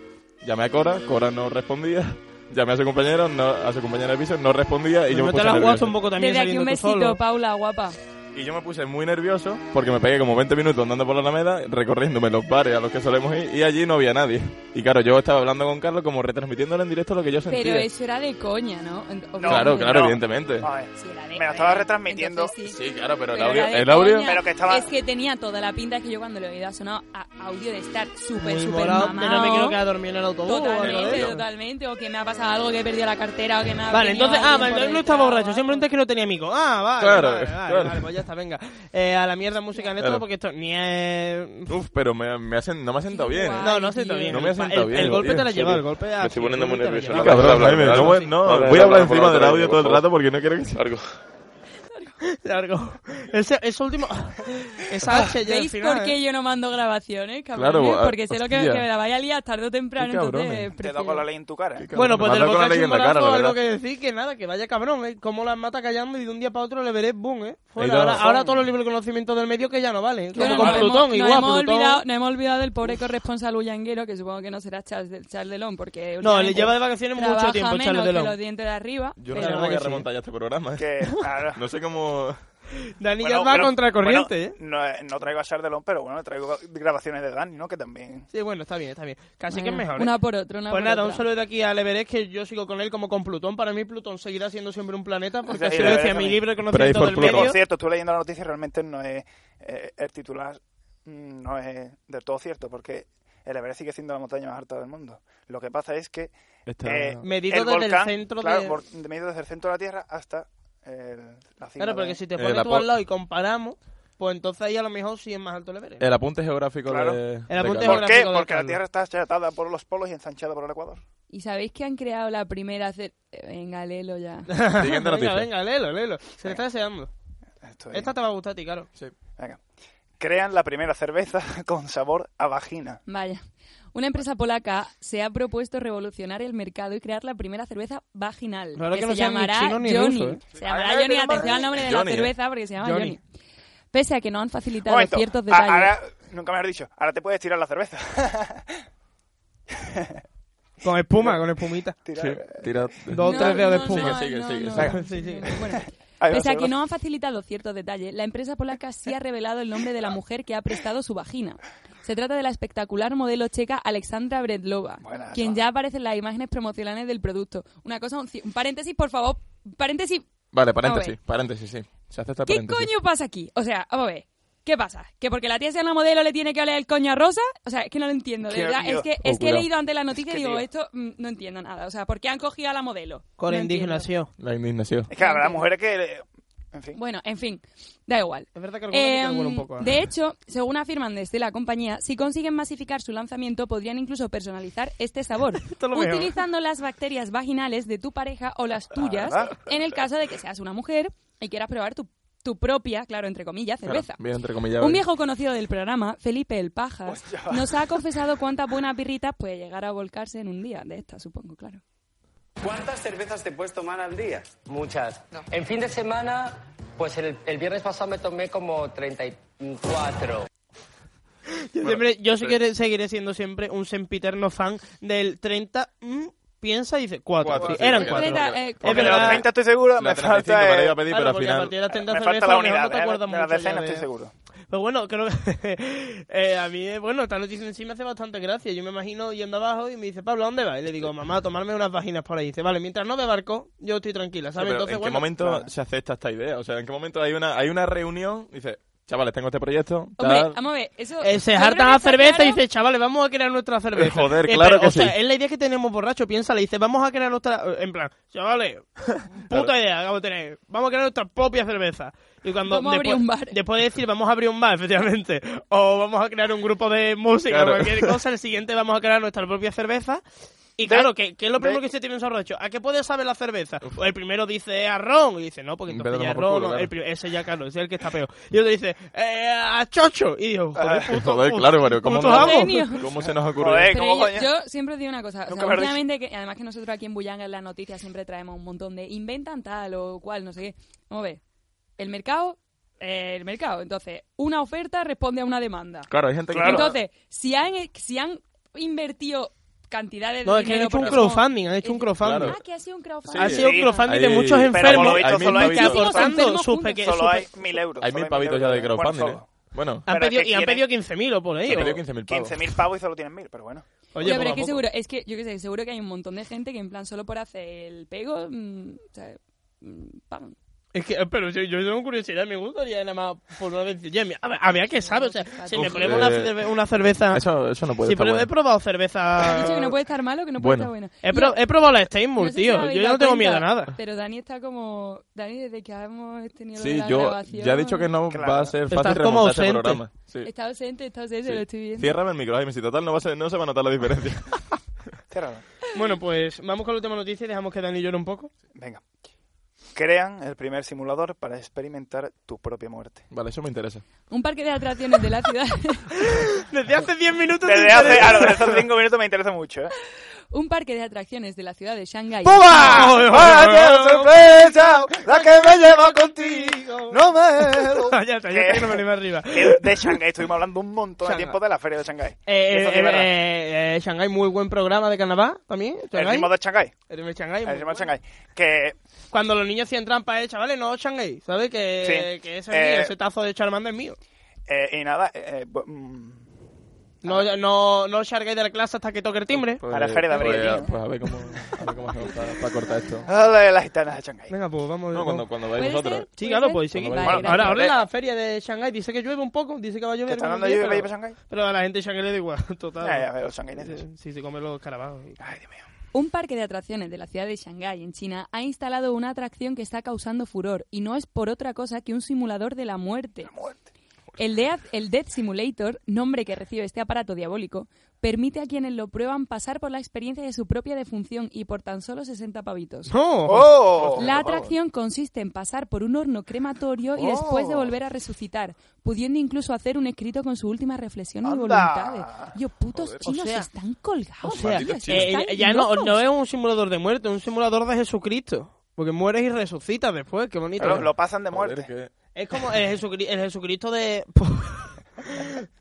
B: llamé a Cora, Cora no respondía, (laughs) llamé a su compañero, no, a su compañera de piso, no respondía, y yo me
A: Mete
B: puse
A: las guas
B: nervioso.
A: un poco también
D: Desde aquí
A: saliendo
D: un
A: tú
D: besito,
A: solo.
D: Paula, guapa.
B: Y Y yo me puse muy nervioso porque me pegué como 20 minutos andando por la Alameda, recorriéndome los bares a los que solemos ir, y allí no había nadie. Y claro, yo estaba hablando con Carlos como retransmitiéndole en directo lo que yo sentía.
D: Pero eso era de coña, ¿no?
C: No,
B: claro, claro,
C: no.
B: evidentemente.
C: A ver,
D: Sí, era de
C: me lo
D: coña.
C: estaba retransmitiendo.
D: Entonces,
B: Sí, claro, pero el
D: Pero
B: audio...
D: era de
B: El audio...
D: coña.
C: Pero que estaba-
D: Es que tenía toda la pinta que yo cuando lo he oído sonado a audio de estar súper,
A: Muy
D: súper
A: morado, que no me quiero quedar
D: mamado.
A: dormido en el autobús. o algo de
D: Totalmente,
A: eso.
D: totalmente. O que me ha pasado algo, que he perdido la cartera, o que me ha
A: Vale,
D: venido
A: entonces, ah,
D: alguien
A: vale,
D: por
A: entonces no
D: detrás
A: estaba
D: o
A: borracho,
D: algo.
A: simplemente es que no tenía amigos. Ah, vale,
B: Claro,
A: vale, vale,
B: claro.
A: vale, pues ya está, venga. Eh, a la mierda música en esto
B: Claro.
A: porque esto ni es...
B: Uf, pero me, me hacen, no me ha sentado bien. ¿eh?
A: No, no se está bien.
B: No me ha sentado
A: el,
B: bien,
A: El golpe
B: tío,
A: te la
B: en
A: lleva,
E: serio.
A: el golpe...
E: Me
A: así,
E: estoy poniendo
A: el golpe
E: muy
A: te la
E: nervioso,
B: No,
A: lleva.
E: la
B: cabrón,
E: Habla, habla,
B: Jaime,
E: habla,
B: no,
E: habla,
B: voy-
E: sí.
B: no,
E: Habla,
B: voy a
E: habla,
B: hablar
E: por
B: encima
E: favor,
B: del
E: habla,
B: audio todo
E: por
B: el
E: favor.
B: rato porque no quiero que se...
E: Largo.
A: (laughs) Largo. Ese,
D: (laughs)
A: ese último... Esa H ya al
D: ¿Veis
A: final...
D: por
A: eh.
D: qué yo no mando grabaciones, cabrones?
B: Claro, bo-
D: Porque sé lo que,
B: hostia.
D: que me la vaya a liar tarde o temprano, eh,
B: Qué cabrones.
D: entonces...
C: Te
D: prefiero-
C: toco la ley en tu cara.
A: Bueno,
B: Me
A: pues del
B: manda con la
A: bocacho
B: ley
A: un
B: en la cara,
A: brazo
B: la
A: algo
B: verdad.
A: que decir, que nada, que vaya cabrón, ¿eh? Como las mata callando y de un día para otro le veré, boom, ¿eh? Fuera,
B: Ahí va.
A: ahora, ahora todos los libros de conocimiento del medio que ya no valen.
D: Bueno,
A: Como
D: nos,
A: con Plutón,
D: hemos, nos
A: igual,
D: hemos
A: Plutón...
D: olvidado, nos hemos olvidado del pobre corresponsal huyanguero, que supongo que no será Charles, de- Charles Delon, porque...
A: No, le
D: últimamente
A: lleva de vacaciones mucho
D: trabaja
A: tiempo
D: menos
A: Charles
D: que
A: Delon.
D: los dientes de arriba.
B: Yo
D: pero-
B: no sé
A: Pero-
B: cómo voy a
A: Sí.
B: remontar ya este programa. eh.
C: Que, claro.
B: (laughs) No sé cómo...
A: Dani
C: Bueno,
A: ya va
C: pero-
A: contra corriente, ¿eh?
C: bueno, no, no traigo a Sardelón, pero bueno, traigo grabaciones de Dani, ¿no? Que también.
A: Sí, bueno, está bien, está bien. Casi
D: Bueno,
A: que es mejor. ¿eh?
D: Una por otra, una
A: Pues
D: por
A: nada, un
D: otra.
A: saludo de aquí a Everest, que yo sigo con él como con Plutón. Para mí Plutón seguirá siendo siempre un planeta, porque
C: Sí,
A: así
C: y
A: lo decía
C: Everest
A: mi
C: también.
A: libro de
B: Pray
A: conocimiento
B: for
A: del
C: Que
B: Plutón.
A: medio.
C: por cierto, estuve leyendo la noticia y realmente no es. eh, el titular mm, no es del todo cierto, porque el Everest sigue siendo la montaña más alta del mundo. Lo que pasa es que.
B: Está-
C: eh,
A: Medido
C: el
A: desde el
C: volcán,
A: centro
C: claro,
A: de-
C: vol- medido desde el centro de la Tierra hasta el- la cima.
A: Claro, porque
C: de-
A: si te
B: Eh,
A: pones
B: la
A: tú
B: po-
A: al lado y comparamos, pues entonces ahí a lo mejor sí es más alto el Everest.
B: El apunte geográfico
C: Claro.
B: de...
A: El apunte
B: de
C: ¿Por
B: Carlos.
C: qué?
A: Geográfico de
C: Porque la
A: Carlos.
C: Tierra está achatada por los polos y ensanchada por el Ecuador.
D: ¿Y sabéis que han creado la primera... ce- Venga, lelo ya.
B: Siguiente
A: (laughs) venga,
B: noticia.
A: venga, léelo, léelo. Se le está deseando.
C: Esto es-
A: Esta te va a gustar a ti, claro.
C: Venga. Crean la primera cerveza (laughs) con sabor a vagina.
D: Vaya. Una empresa polaca se ha propuesto revolucionar el mercado y crear la primera cerveza vaginal.
A: Claro que
D: se
A: no sea ni
D: llamará
A: chino ni
D: Johnny.
A: ruso, ¿eh?
D: Se llamará
C: Ay,
D: Johnny,
C: pero
D: atención al nombre de la
B: Johnny, ¿eh?
D: cerveza porque se llama
A: Johnny.
D: Johnny. Pese a que no han facilitado
C: Momento.
D: ciertos
C: A-
D: detalles.
C: Ahora, nunca me has dicho, ahora te puedes tirar la cerveza. (laughs)
A: Con espuma,
C: (laughs)
A: con espumita.
C: Tirar-
B: Sí, tira...
A: Dos o tres dedos
B: Sigue,
A: de espuma.
B: sigue, sigue,
A: sigue.
D: (laughs)
A: Sí, sigue.
D: Bueno,
C: (laughs) Ahí va,
D: pese a
C: ahí va.
D: que no han facilitado ciertos detalles, la empresa polaca sí ha revelado el nombre de la mujer que ha prestado su vagina. Se trata de la espectacular modelo checa Alexandra Bredlova,
C: Buena,
D: quien
C: esa.
D: ya aparece en las imágenes promocionales del producto. Una cosa, un, ci- un paréntesis, por favor, paréntesis
B: Vale,
D: A
B: paréntesis,
D: ver.
B: paréntesis, sí. Se acepta
D: ¿Qué
B: paréntesis.
D: coño pasa aquí? O sea, vamos a ver. ¿Qué pasa? ¿Que porque la tía sea una modelo le tiene que oler el coño a Rosa? O sea, es que no lo entiendo, de
C: Tío,
D: verdad.
C: tío.
D: Es que,
B: Oh,
D: es que he
B: cuidado.
D: leído antes la noticia
C: Es que,
D: y digo,
C: tío.
D: esto mm, no entiendo nada. O sea, ¿por qué han cogido a la modelo?
A: Con
D: No entiendo.
A: indignación.
B: La indignación.
C: Es que habrá mujeres que... En fin.
D: Bueno, en fin, da igual.
A: Es verdad que alguna me
D: Em,
A: cago en un poco. ¿eh?
D: De hecho, según afirman desde la compañía, si consiguen masificar su lanzamiento, podrían incluso personalizar este
A: (laughs)
D: sabor,
A: es lo mejor. Ah,
D: utilizando las bacterias vaginales de tu pareja o las tuyas,
C: ¿verdad?
D: en el caso de que seas una mujer y quieras probar tu, tu propia, claro, entre comillas,
B: Claro,
D: cerveza.
B: bien entre comillas.
D: Un viejo conocido del programa, Felipe el Pajas, nos ha
A: (laughs)
D: confesado cuántas buenas birritas puede llegar a volcarse en un día. De estas, supongo, claro.
F: ¿Cuántas cervezas te puedes tomar al día?
G: Muchas. En fin de semana, pues el, el viernes pasado me tomé como 34.
A: Yo siempre- yo seguiré, seguiré siendo siempre un sempiterno fan del 30. mm, piensa y dice 4.
B: Cuatro, sí,
A: eran
B: porque-
A: 4.
D: Treinta, eh,
A: Es
C: Porque de los
A: verdad.
C: 30 estoy seguro,
B: La
C: me
B: 35
C: falta...
B: me la
C: eh,
B: iba a pedir, pero al
A: porque a partir de
B: final...
A: las 30
C: me
A: cervezas
C: falta la
A: a lo mejor
C: unidad,
A: no te
C: eh,
A: acuerdas
C: de la
A: mucho ya
C: decena
A: de-
C: estoy seguro.
A: Pues bueno, creo que (laughs) eh, a mí, eh, bueno, esta noticia en sí me hace bastante gracia. Yo me imagino yendo abajo y me dice, Pablo, ¿a dónde vas? Y le digo, mamá, a tomarme unas vaginas por ahí. dice, vale, mientras no me barco, yo estoy tranquila,
B: Sí, pero
A: ¿sabes? Entonces,
B: ¿En qué
A: bueno,
B: momento
C: claro.
B: se acepta esta idea? O sea, ¿en qué momento hay una, hay una reunión? Dice, chavales, tengo este proyecto.
D: Hombre,
B: tal.
D: vamos a ver, eso...
A: eh, se
D: yo creo
A: hartan
D: que
A: a
D: está
A: cerveza y
D: claro-
A: dice, chavales, vamos a crear nuestra cerveza.
B: Eh,
A: Eh,
B: Joder, claro
A: pero,
B: que
A: o
B: sí.
A: sea, es la idea que tenemos borracho, piensa, le dice, vamos a crear nuestra... En plan, chavales, puta idea, acabo de tener. Vamos a crear nuestra propia cerveza. Y cuando
D: Vamos a abrir
A: después,
D: un bar.
A: después de decir, vamos a abrir un bar, efectivamente, (laughs) o vamos a crear un grupo de música
B: Claro. (laughs)
A: o cualquier cosa, el siguiente vamos a crear nuestra propia cerveza. Y
C: De-
A: claro, ¿qué, qué es lo primero
C: de-
A: que se tiene en borracho? ¿A qué puede saber la cerveza? Pues el primero dice a ron, y dice, no, porque entonces
B: Vete a
A: ya
B: tomar por
A: ron,
B: culo,
A: no,
B: claro.
A: el pri- ese ya, claro, ese es el que está peor. Y otro dice, eh, a chocho, y
B: (laughs)
A: digo, joder, Ah, puto,
B: Joder,
A: puto,
B: claro, Mario, ¿cómo,
A: puto
B: no-
A: amo.
D: Genio.
B: ¿cómo se nos ocurrió?
C: Joder,
D: Pero
C: ¿cómo
D: yo,
C: coño?
D: yo siempre os digo una cosa, o sea,
C: Nunca me lo he
D: obviamente que además que nosotros aquí en Bullanga en la noticia siempre traemos un montón de inventan tal o cual, no sé qué. Vamos a ver, el mercado, eh, el mercado, entonces, una oferta responde a una demanda.
B: Claro, hay gente que...
C: Claro.
D: Entonces, si han, si han e, invertido cantidades de
A: No, es que han
D: dinero
A: hecho un
D: por persona.
A: crowdfunding, han hecho un crowdfunding.
B: Claro.
D: Ah, que ha sido un crowdfunding.
A: Ha
B: Sí.
A: sido un crowdfunding de
B: Ahí-
A: muchos
B: Pero por
C: lo
A: enfermos
C: visto
B: Hay mil
C: solo hay
A: que
D: Hicimos
A: aportando
D: enfermos
A: sus
D: juntos.
A: pequeños...
C: Solo hay mil euros.
B: Hay
C: solo
B: mil
C: mil
B: pavitos
C: euros.
B: ya de
C: Bueno,
B: crowdfunding, ¿eh?
C: solo.
B: Bueno,
A: Han
C: Pero es
A: pedido,
C: que
A: y han
C: quieren-
A: pedido 15.000 o por ahí.
B: se
A: o-
B: pidió 15.000 pavos.
C: 15.000 pavos y solo tienen 1.000, pero bueno.
A: Oye,
D: Ya, pero
A: poco
D: es
A: a
D: que
A: poco.
D: seguro, es que yo qué sé, seguro que hay un montón de gente que en plan solo por hacer el pego, mm, o sea, mm, pagan.
A: Es que, eh, pero yo, yo tengo curiosidad, me gustaría nada más por una vez. Oye, a ver, a ver a qué sabe, o sea, si me
B: Uf,
A: ponemos una,
B: eh,
A: cerve- una cerveza.
B: Eso, eso no puede
A: sí,
B: estar
A: pero he
B: bueno.
A: probado
D: Ha (laughs)
A: cerveza.
D: dicho que no puede estar malo, que no
B: Bueno.
D: puede estar bueno.
A: He, pro- he probado la Steinmur,
D: No sé si os
A: tío.
D: habéis
A: yo
D: dado
A: no tengo
D: cuenta,
A: miedo a nada.
D: Pero Dani está como... Dani, desde que hemos tenido
B: Sí,
D: la
B: yo
D: grabación...
B: ya he dicho que no
C: Claro.
B: va a ser
A: Estás
B: fácil
A: como
B: remontar este
A: ausente.
B: programa. Sí.
D: Está ausente, está ausente,
B: Sí.
D: lo estoy viendo.
B: Ciérrame el micro, Jaime, si total no, va a ser- no se va a notar la
C: (laughs)
B: diferencia.
C: Ciérralo.
A: Bueno, pues vamos con la última noticia y dejamos que Dani llore un poco.
C: Venga. Crean el primer simulador para experimentar tu propia muerte.
B: vale, eso me interesa.
D: Un parque de atracciones de la ciudad...
A: (laughs) Desde hace 10 minutos. te
C: Desde hace, ah,
A: interesa.
C: claro, desde hace cinco minutos me interesa mucho, ¿eh?
D: un parque de atracciones de la ciudad de Shanghái...
B: (laughs)
A: (laughs) ¡Toma!
C: ¡Vaya sorpresa! ¡La que me lleva contigo! ¡No me...
A: Ah, ya está, ya está, que no me animo arriba.
C: (laughs) Eh, De Shanghái, estuvimos hablando un montón de
A: Shanghái.
C: tiempo de la feria de Shanghái.
A: Eh,
C: Eso sí
A: eh,
C: es verdad.
A: eh, eh, Shanghái, muy buen programa de carnaval también.
C: El
A: Shanghái.
C: ritmo de Shanghái.
A: El de Shanghái, muy
C: El ritmo de
A: bueno.
C: Shanghái. Que
A: Cuando los niños hacían trampa, eh, chavales, no Shanghái, ¿sabes? Que,
C: Sí.
A: que ese,
C: Eh,
A: es mío, ese tazo de Charmander es mío.
C: Eh, y nada, eh, eh, bu- mm,
A: No, no, no salgáis de la clase hasta que toque el timbre.
B: Pues-
C: A la feria de abril,
B: Pues,
C: tío.
B: a- pues a ver cómo, a ver cómo hacemos para, para cortar esto.
C: ¡Ole, las gitanas de Shanghái!
A: Venga, pues vamos.
B: No,
A: vamos.
B: cuando, cuando vais
D: ¿Puede
B: vosotros. Eh,
D: ser?
A: Sí, claro,
D: Puede
A: pues
D: ser.
A: sí.
D: Vale,
A: Bueno,
D: gracias.
A: ahora, ahora
C: Venga.
A: la feria de Shanghái dice que llueve un poco, dice que va a llover.
C: ¿Qué está
A: algún
C: dando
A: día,
C: lluvia para ir
A: pero-
C: para Shanghái?
A: Pero a la gente de Shanghái le da igual, (laughs) total.
C: Ya, ya, los shanghaineses.
A: Sí, sí, se comen los carabajos.
C: Ay, Dios mío.
D: Un parque de atracciones de la ciudad de Shanghái, en China, ha instalado una atracción que está causando furor y no es por otra cosa que un simulador de la muerte. El, Death, el Death Simulator, nombre que recibe este aparato diabólico, permite a quienes lo prueban pasar por la experiencia de su propia defunción y por tan solo 60 pavitos.
A: ¡No!
C: ¡Oh!
D: La atracción consiste en pasar por un horno crematorio y después de volver a resucitar, pudiendo incluso hacer un escrito con sus últimas reflexiones
C: Anda.
D: y voluntades. Yo, putos
B: Joder.
D: chinos,
A: O sea-
D: están colgados.
A: O sea,
D: tío,
B: Malditos chinos.
A: eh,
D: están
A: ya- ya no,
D: locos.
A: no es un simulador de muerte, es un simulador de Jesucristo. Porque mueres y resucitas después, qué bonito.
C: Lo, lo pasan de
B: Joder,
C: muerte.
B: que-
A: Es como el, Jesucri- el Jesucristo de... (laughs)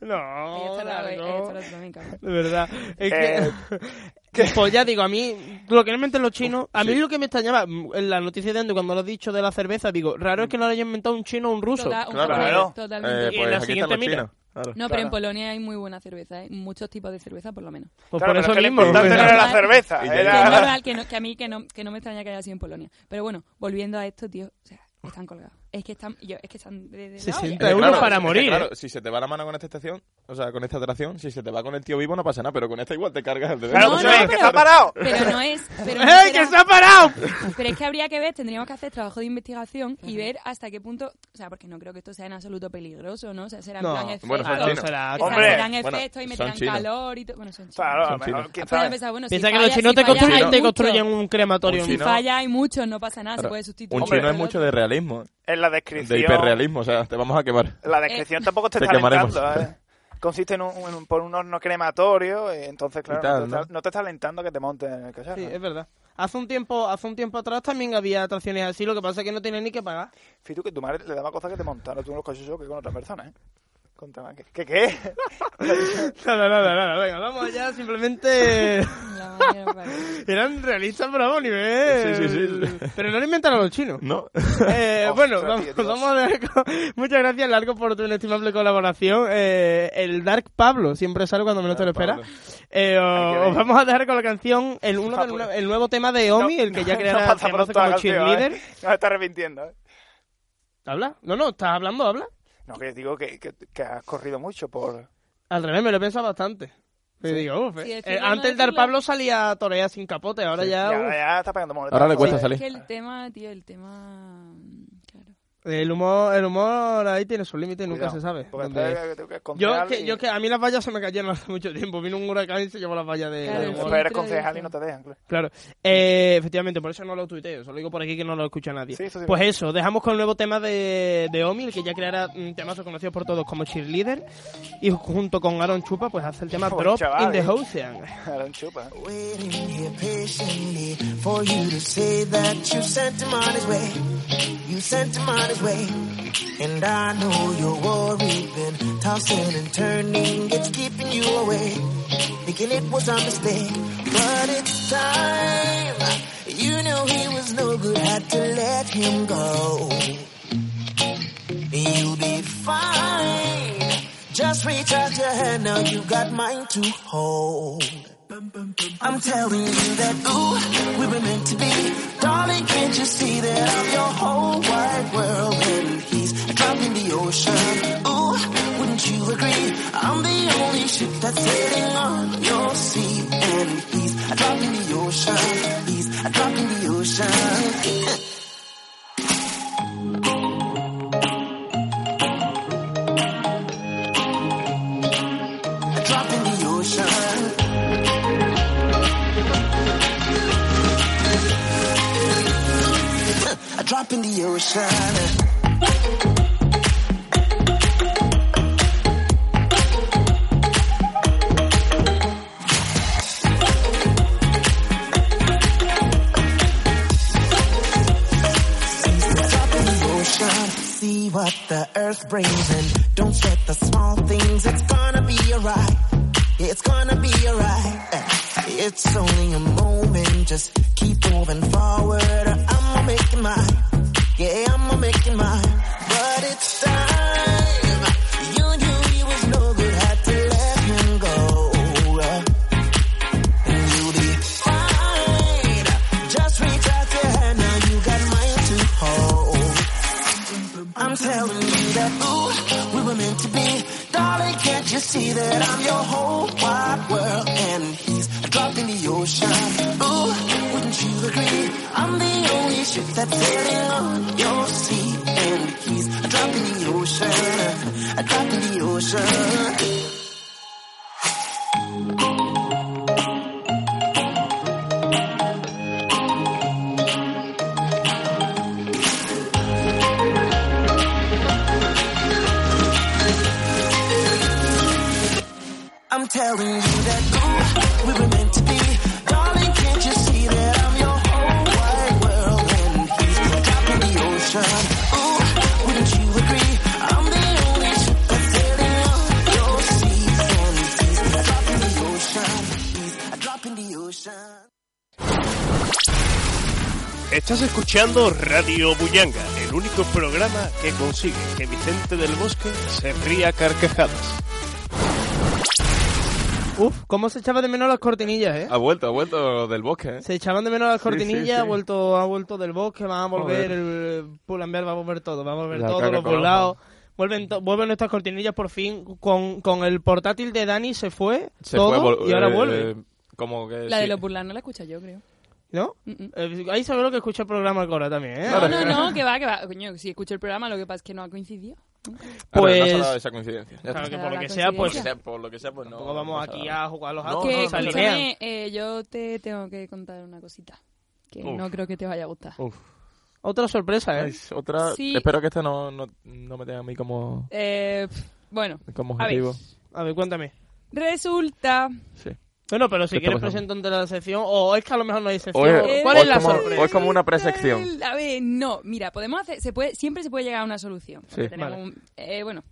A: no,
D: Ahí está la- ahí
A: no.
D: está la otra, venga, va.
A: De verdad. Es
C: Eh,
A: (laughs) que. Pues ya digo, a mí, lo que no meten los chinos, a mí lo que me extrañaba, mm, en la noticia de Andy, cuando lo has dicho de la cerveza, digo, raro es que no lo haya inventado un chino o un ruso.
D: Total, un
B: Claro,
D: japonés,
C: claro.
D: totalmente.
B: Eh,
A: Y en
B: pues
A: la
B: aquí están
A: siguiente
B: los
A: mira.
B: chinos. Claro.
D: no, pero
C: claro.
D: en Polonia hay muy buena cerveza, ¿eh? muchos tipos de cerveza por lo menos.
C: Claro,
A: Pues por
C: pero
A: eso
C: es que lo
A: mismo.
C: importante no
A: ¿verdad?
C: era la
D: Y-
C: cerveza.
B: y-
D: Que es (laughs)
C: Era...
D: normal, que, no- que a mí que no, que no me extraña que haya sido en Polonia. Pero bueno, volviendo a esto, tío, o sea, están colgados. Es que están, yo, es que están de, de
A: Se
D: la olla.
A: sienta-
B: Es que
A: Euros para
B: es que
A: morir,
B: Claro, si se te va la mano con esta estación, o sea, con esta atracción, si se te va con el tío vivo no pasa nada, pero con esta igual te cargas el dedo.
C: Claro,
D: No,
C: pues
D: no,
C: oye, que
D: pero-
C: está parado.
D: Pero no es... Pero no
A: ¡Eh,
D: será-
A: que se ha parado!
D: Pero es que habría que ver, tendríamos que hacer trabajo de investigación y ver hasta qué punto, o sea, porque no creo que esto sea en absoluto peligroso, ¿no? O sea, serán
A: No.
D: plan efectos,
B: Bueno, son
A: Ah, no,
B: chinos.
A: será-
D: o sea,
C: Hombre.
D: serán
B: Bueno,
D: efectos y
B: son
D: meterán
B: chinos.
D: calor y todo. Bueno, son chinos.
C: Claro, a lo
B: Son
C: mejor,
B: chinos.
C: quién
D: Pueden
C: sabe.
D: pensar, bueno, si
A: Piensa que
D: falla,
A: los chinos
D: si
A: te
D: falla, hay
A: construyen, te
D: mucho.
A: construyen un crematorio.
B: Un
D: Si
B: chino-
D: falla hay mucho, no pasa nada, se
B: Claro,
D: puede sustituir.
B: Un
D: por
B: chino es
D: el
B: mucho
D: otro.
B: de realismo,
C: En la
B: de
C: descripción.
B: hiperrealismo, o sea, te vamos a quemar.
C: La
D: Eh.
C: descripción tampoco te,
B: Te
C: está
B: quemaremos.
C: alentando. ¿eh? Consiste en un, en un- por un horno crematorio, eh, entonces, claro,
B: tal,
C: no, te
B: ¿no?
C: Está, no te está alentando que te montes en el ¿eh? coche.
A: Sí, es verdad. Hace un tiempo, hace un tiempo atrás también había atracciones así, lo que pasa es que no tienen ni que pagar.
C: Fitu, que tu madre le daba cosas que te montaron tú en los coches yo que con otras personas, ¿eh? Contra ¿Qué? ¿Qué? qué?
A: Nada, (laughs) nada, nada, venga, vamos allá, simplemente...
D: La madre
A: (laughs)
D: que lo parió.
A: Eran realistas pero a un nivel.
B: Sí, sí, sí.
A: Pero no lo inventaron los chinos.
B: ¿No?
A: (laughs) Eh,
C: Ostras,
A: bueno,
C: tío,
A: vamos,
C: tío.
A: vamos a ver. con- Muchas gracias, Largo, por tu inestimable colaboración. Eh, el Dark Pablo, siempre sale cuando menos te lo
B: Dark
A: espera.
B: Pablo.
A: Eh,
C: Hay que ver.
A: os vamos a dejar con la canción, el, uno
C: Ah,
A: del
C: pues.
A: nue- el nuevo tema de Omi, el que ya
C: (laughs)
A: creará
C: pasa
A: que conoce
C: pronto la
A: como
C: canción,
A: cheerleader.
C: ¿eh? No me está arrepintiendo, ¿eh?
A: ¿Habla? No, no, estás hablando, habla.
C: No, que digo que, que, que has corrido mucho por... (laughs)
A: Al revés, me lo he pensado bastante. Me digo, uf, eh.
D: Sí, es
A: Eh,
D: que no, no
A: antes el Dark
D: decirlo.
A: Pablo salía a torear sin capote, ahora
C: Y
A: ya.
C: ahora
A: uf.
C: ya está pagando monedas.
B: Ahora le cuesta
C: Sí.
D: Es
B: salir.
D: que el tema, tío, el tema... Claro.
A: El humor, el humor ahí tiene su límite, nunca
C: Cuidado,
A: se sabe.
C: porque
A: dónde es.
C: después tengo que
A: Yo
C: concejal
A: es que,
C: y-
A: yo es que a mí las vallas se me cayeron (laughs) hace mucho tiempo. Vino un huracán y se llevó las vallas de.
D: Claro,
A: de
D: sí.
C: Después
A: humor.
C: eres
D: Filtro de
C: concejal y no te
D: eso.
C: dejan, claro.
A: Claro. Eh, efectivamente, por eso no lo tuiteo. Solo digo por aquí que no lo escucha nadie.
C: Sí, eso sí.
A: pues eso, dejamos con el nuevo tema de, de Omi, el que ya creará un temazo conocido por todos como Cheerleader. Y junto con Aaron Chupa, pues hace el tema
C: Joder,
A: Drop
C: chaval,
A: in the
C: eh.
A: Ocean.
C: Ahora un chupa.
E: Waiting here patiently for you to say that you sent him on his way. You sent him on his way. And I know you're worried, been tossing and turning, it's keeping you away. thinking it was a mistake. But it's time. You know he was no good, had to let him go. You'll be fine. Just reach out your hand, now you got mine to hold. I'm telling you that, ooh, we were meant to be. Darling, can't you see that I'm your whole wide world? And he's a drop in the ocean. Ooh, wouldn't you agree? I'm the only ship that's sailing on your sea. And he's a drop in the ocean. He's a drop in the ocean. (laughs) A drop in the ocean. a drop in the ocean. Drop in the ocean, see what the earth brings and don't sweat the small things. It's gonna be alright. It's gonna be alright. It's only a moment, just keep moving forward. I'ma make it mine. Yeah, I'ma make it mine. But it's time. You knew he was no good, had to let him go. And you'll be fine. Just reach out your hand, now you got mine to hold. I'm telling you that, ooh, we were meant to be. Darling, can't you see that I'm your whole wide world? And he's a drop in the ocean. Ooh, wouldn't you agree? I'm the only ship that's sailing on your sea. And he's a drop in the ocean. A drop in the ocean. I'm telling you that ooh, we were meant to be. Darling, can't you see that I'm your whole wide world? And he's a drop in the ocean. Ooh, wouldn't you agree? I'm the only ship that's sailing on your seas. And he's a drop in the ocean. He's a drop in the ocean.
H: Estás escuchando Radio Bullanga, el único programa que consigue que Vicente del Bosque se ría a carcajadas.
A: Uf, cómo se echaba de menos las cortinillas, ¿eh?
B: Ha vuelto, ha vuelto del bosque, ¿eh?
A: Se echaban de menos las cortinillas,
B: sí, sí.
A: Ha, vuelto, ha vuelto del bosque, va a volver
B: Joder.
A: el Pull&Bear, va a volver todo, va a volver
B: La
A: todo,
B: cara
A: los
B: colada.
A: burlados. Vuelven, to- vuelven nuestras cortinillas por fin. Con, con el portátil de Dani se fue
B: Se
A: todo
B: fue, vol-
A: y ahora
B: eh,
A: vuelve,
B: Como que.
D: La
B: Eh, sí.
D: de los burlanos la escucha yo, creo.
A: ¿no?
D: Mm-mm.
A: Eh, ahí sabemos lo que escucha el programa ahora también, ¿eh?
D: No, no,
B: (laughs)
D: no, que va, que va. Coño, si escucho el programa, lo que pasa es que no ha coincidido.
B: Ahora, no se ha
A: pues-
B: dado esa coincidencia. Ya está.
A: Claro que
D: Será
A: por lo
D: la
A: que sea,
B: Por lo
A: pues
B: que sea, por lo que sea, pues no.
A: tampoco vamos
B: no pasa
A: aquí
B: nada.
A: a jugar a los
B: No,
A: astros,
B: no,
D: que,
A: se
B: no,
A: alinean.
D: escúchame, eh, yo te tengo que contar una cosita. Que
B: Uf.
D: no creo que te vaya a gustar.
A: Otra sorpresa, ¿eh?
B: Es otra.
D: Sí.
B: Espero que esta no, no, no me tenga a mí como,
D: Eh, pf, bueno,
B: como
D: A ver.
B: objetivo.
A: A ver, cuéntame.
D: resulta
B: Sí.
A: Bueno, pero si
B: ¿Qué
A: quieres
B: está pasando?
A: presento ante la sección, o es que a lo mejor no hay sección.
B: Oye,
D: Eh,
A: o- ¿Cuál
B: o
A: es la
B: como-
A: sorpresa?
B: o es como una presección.
D: A ver, no, mira, podemos hacer, se puede, siempre se puede llegar a una solución. porque
B: Sí.
D: tenemos
A: Vale.
D: un- eh, bueno,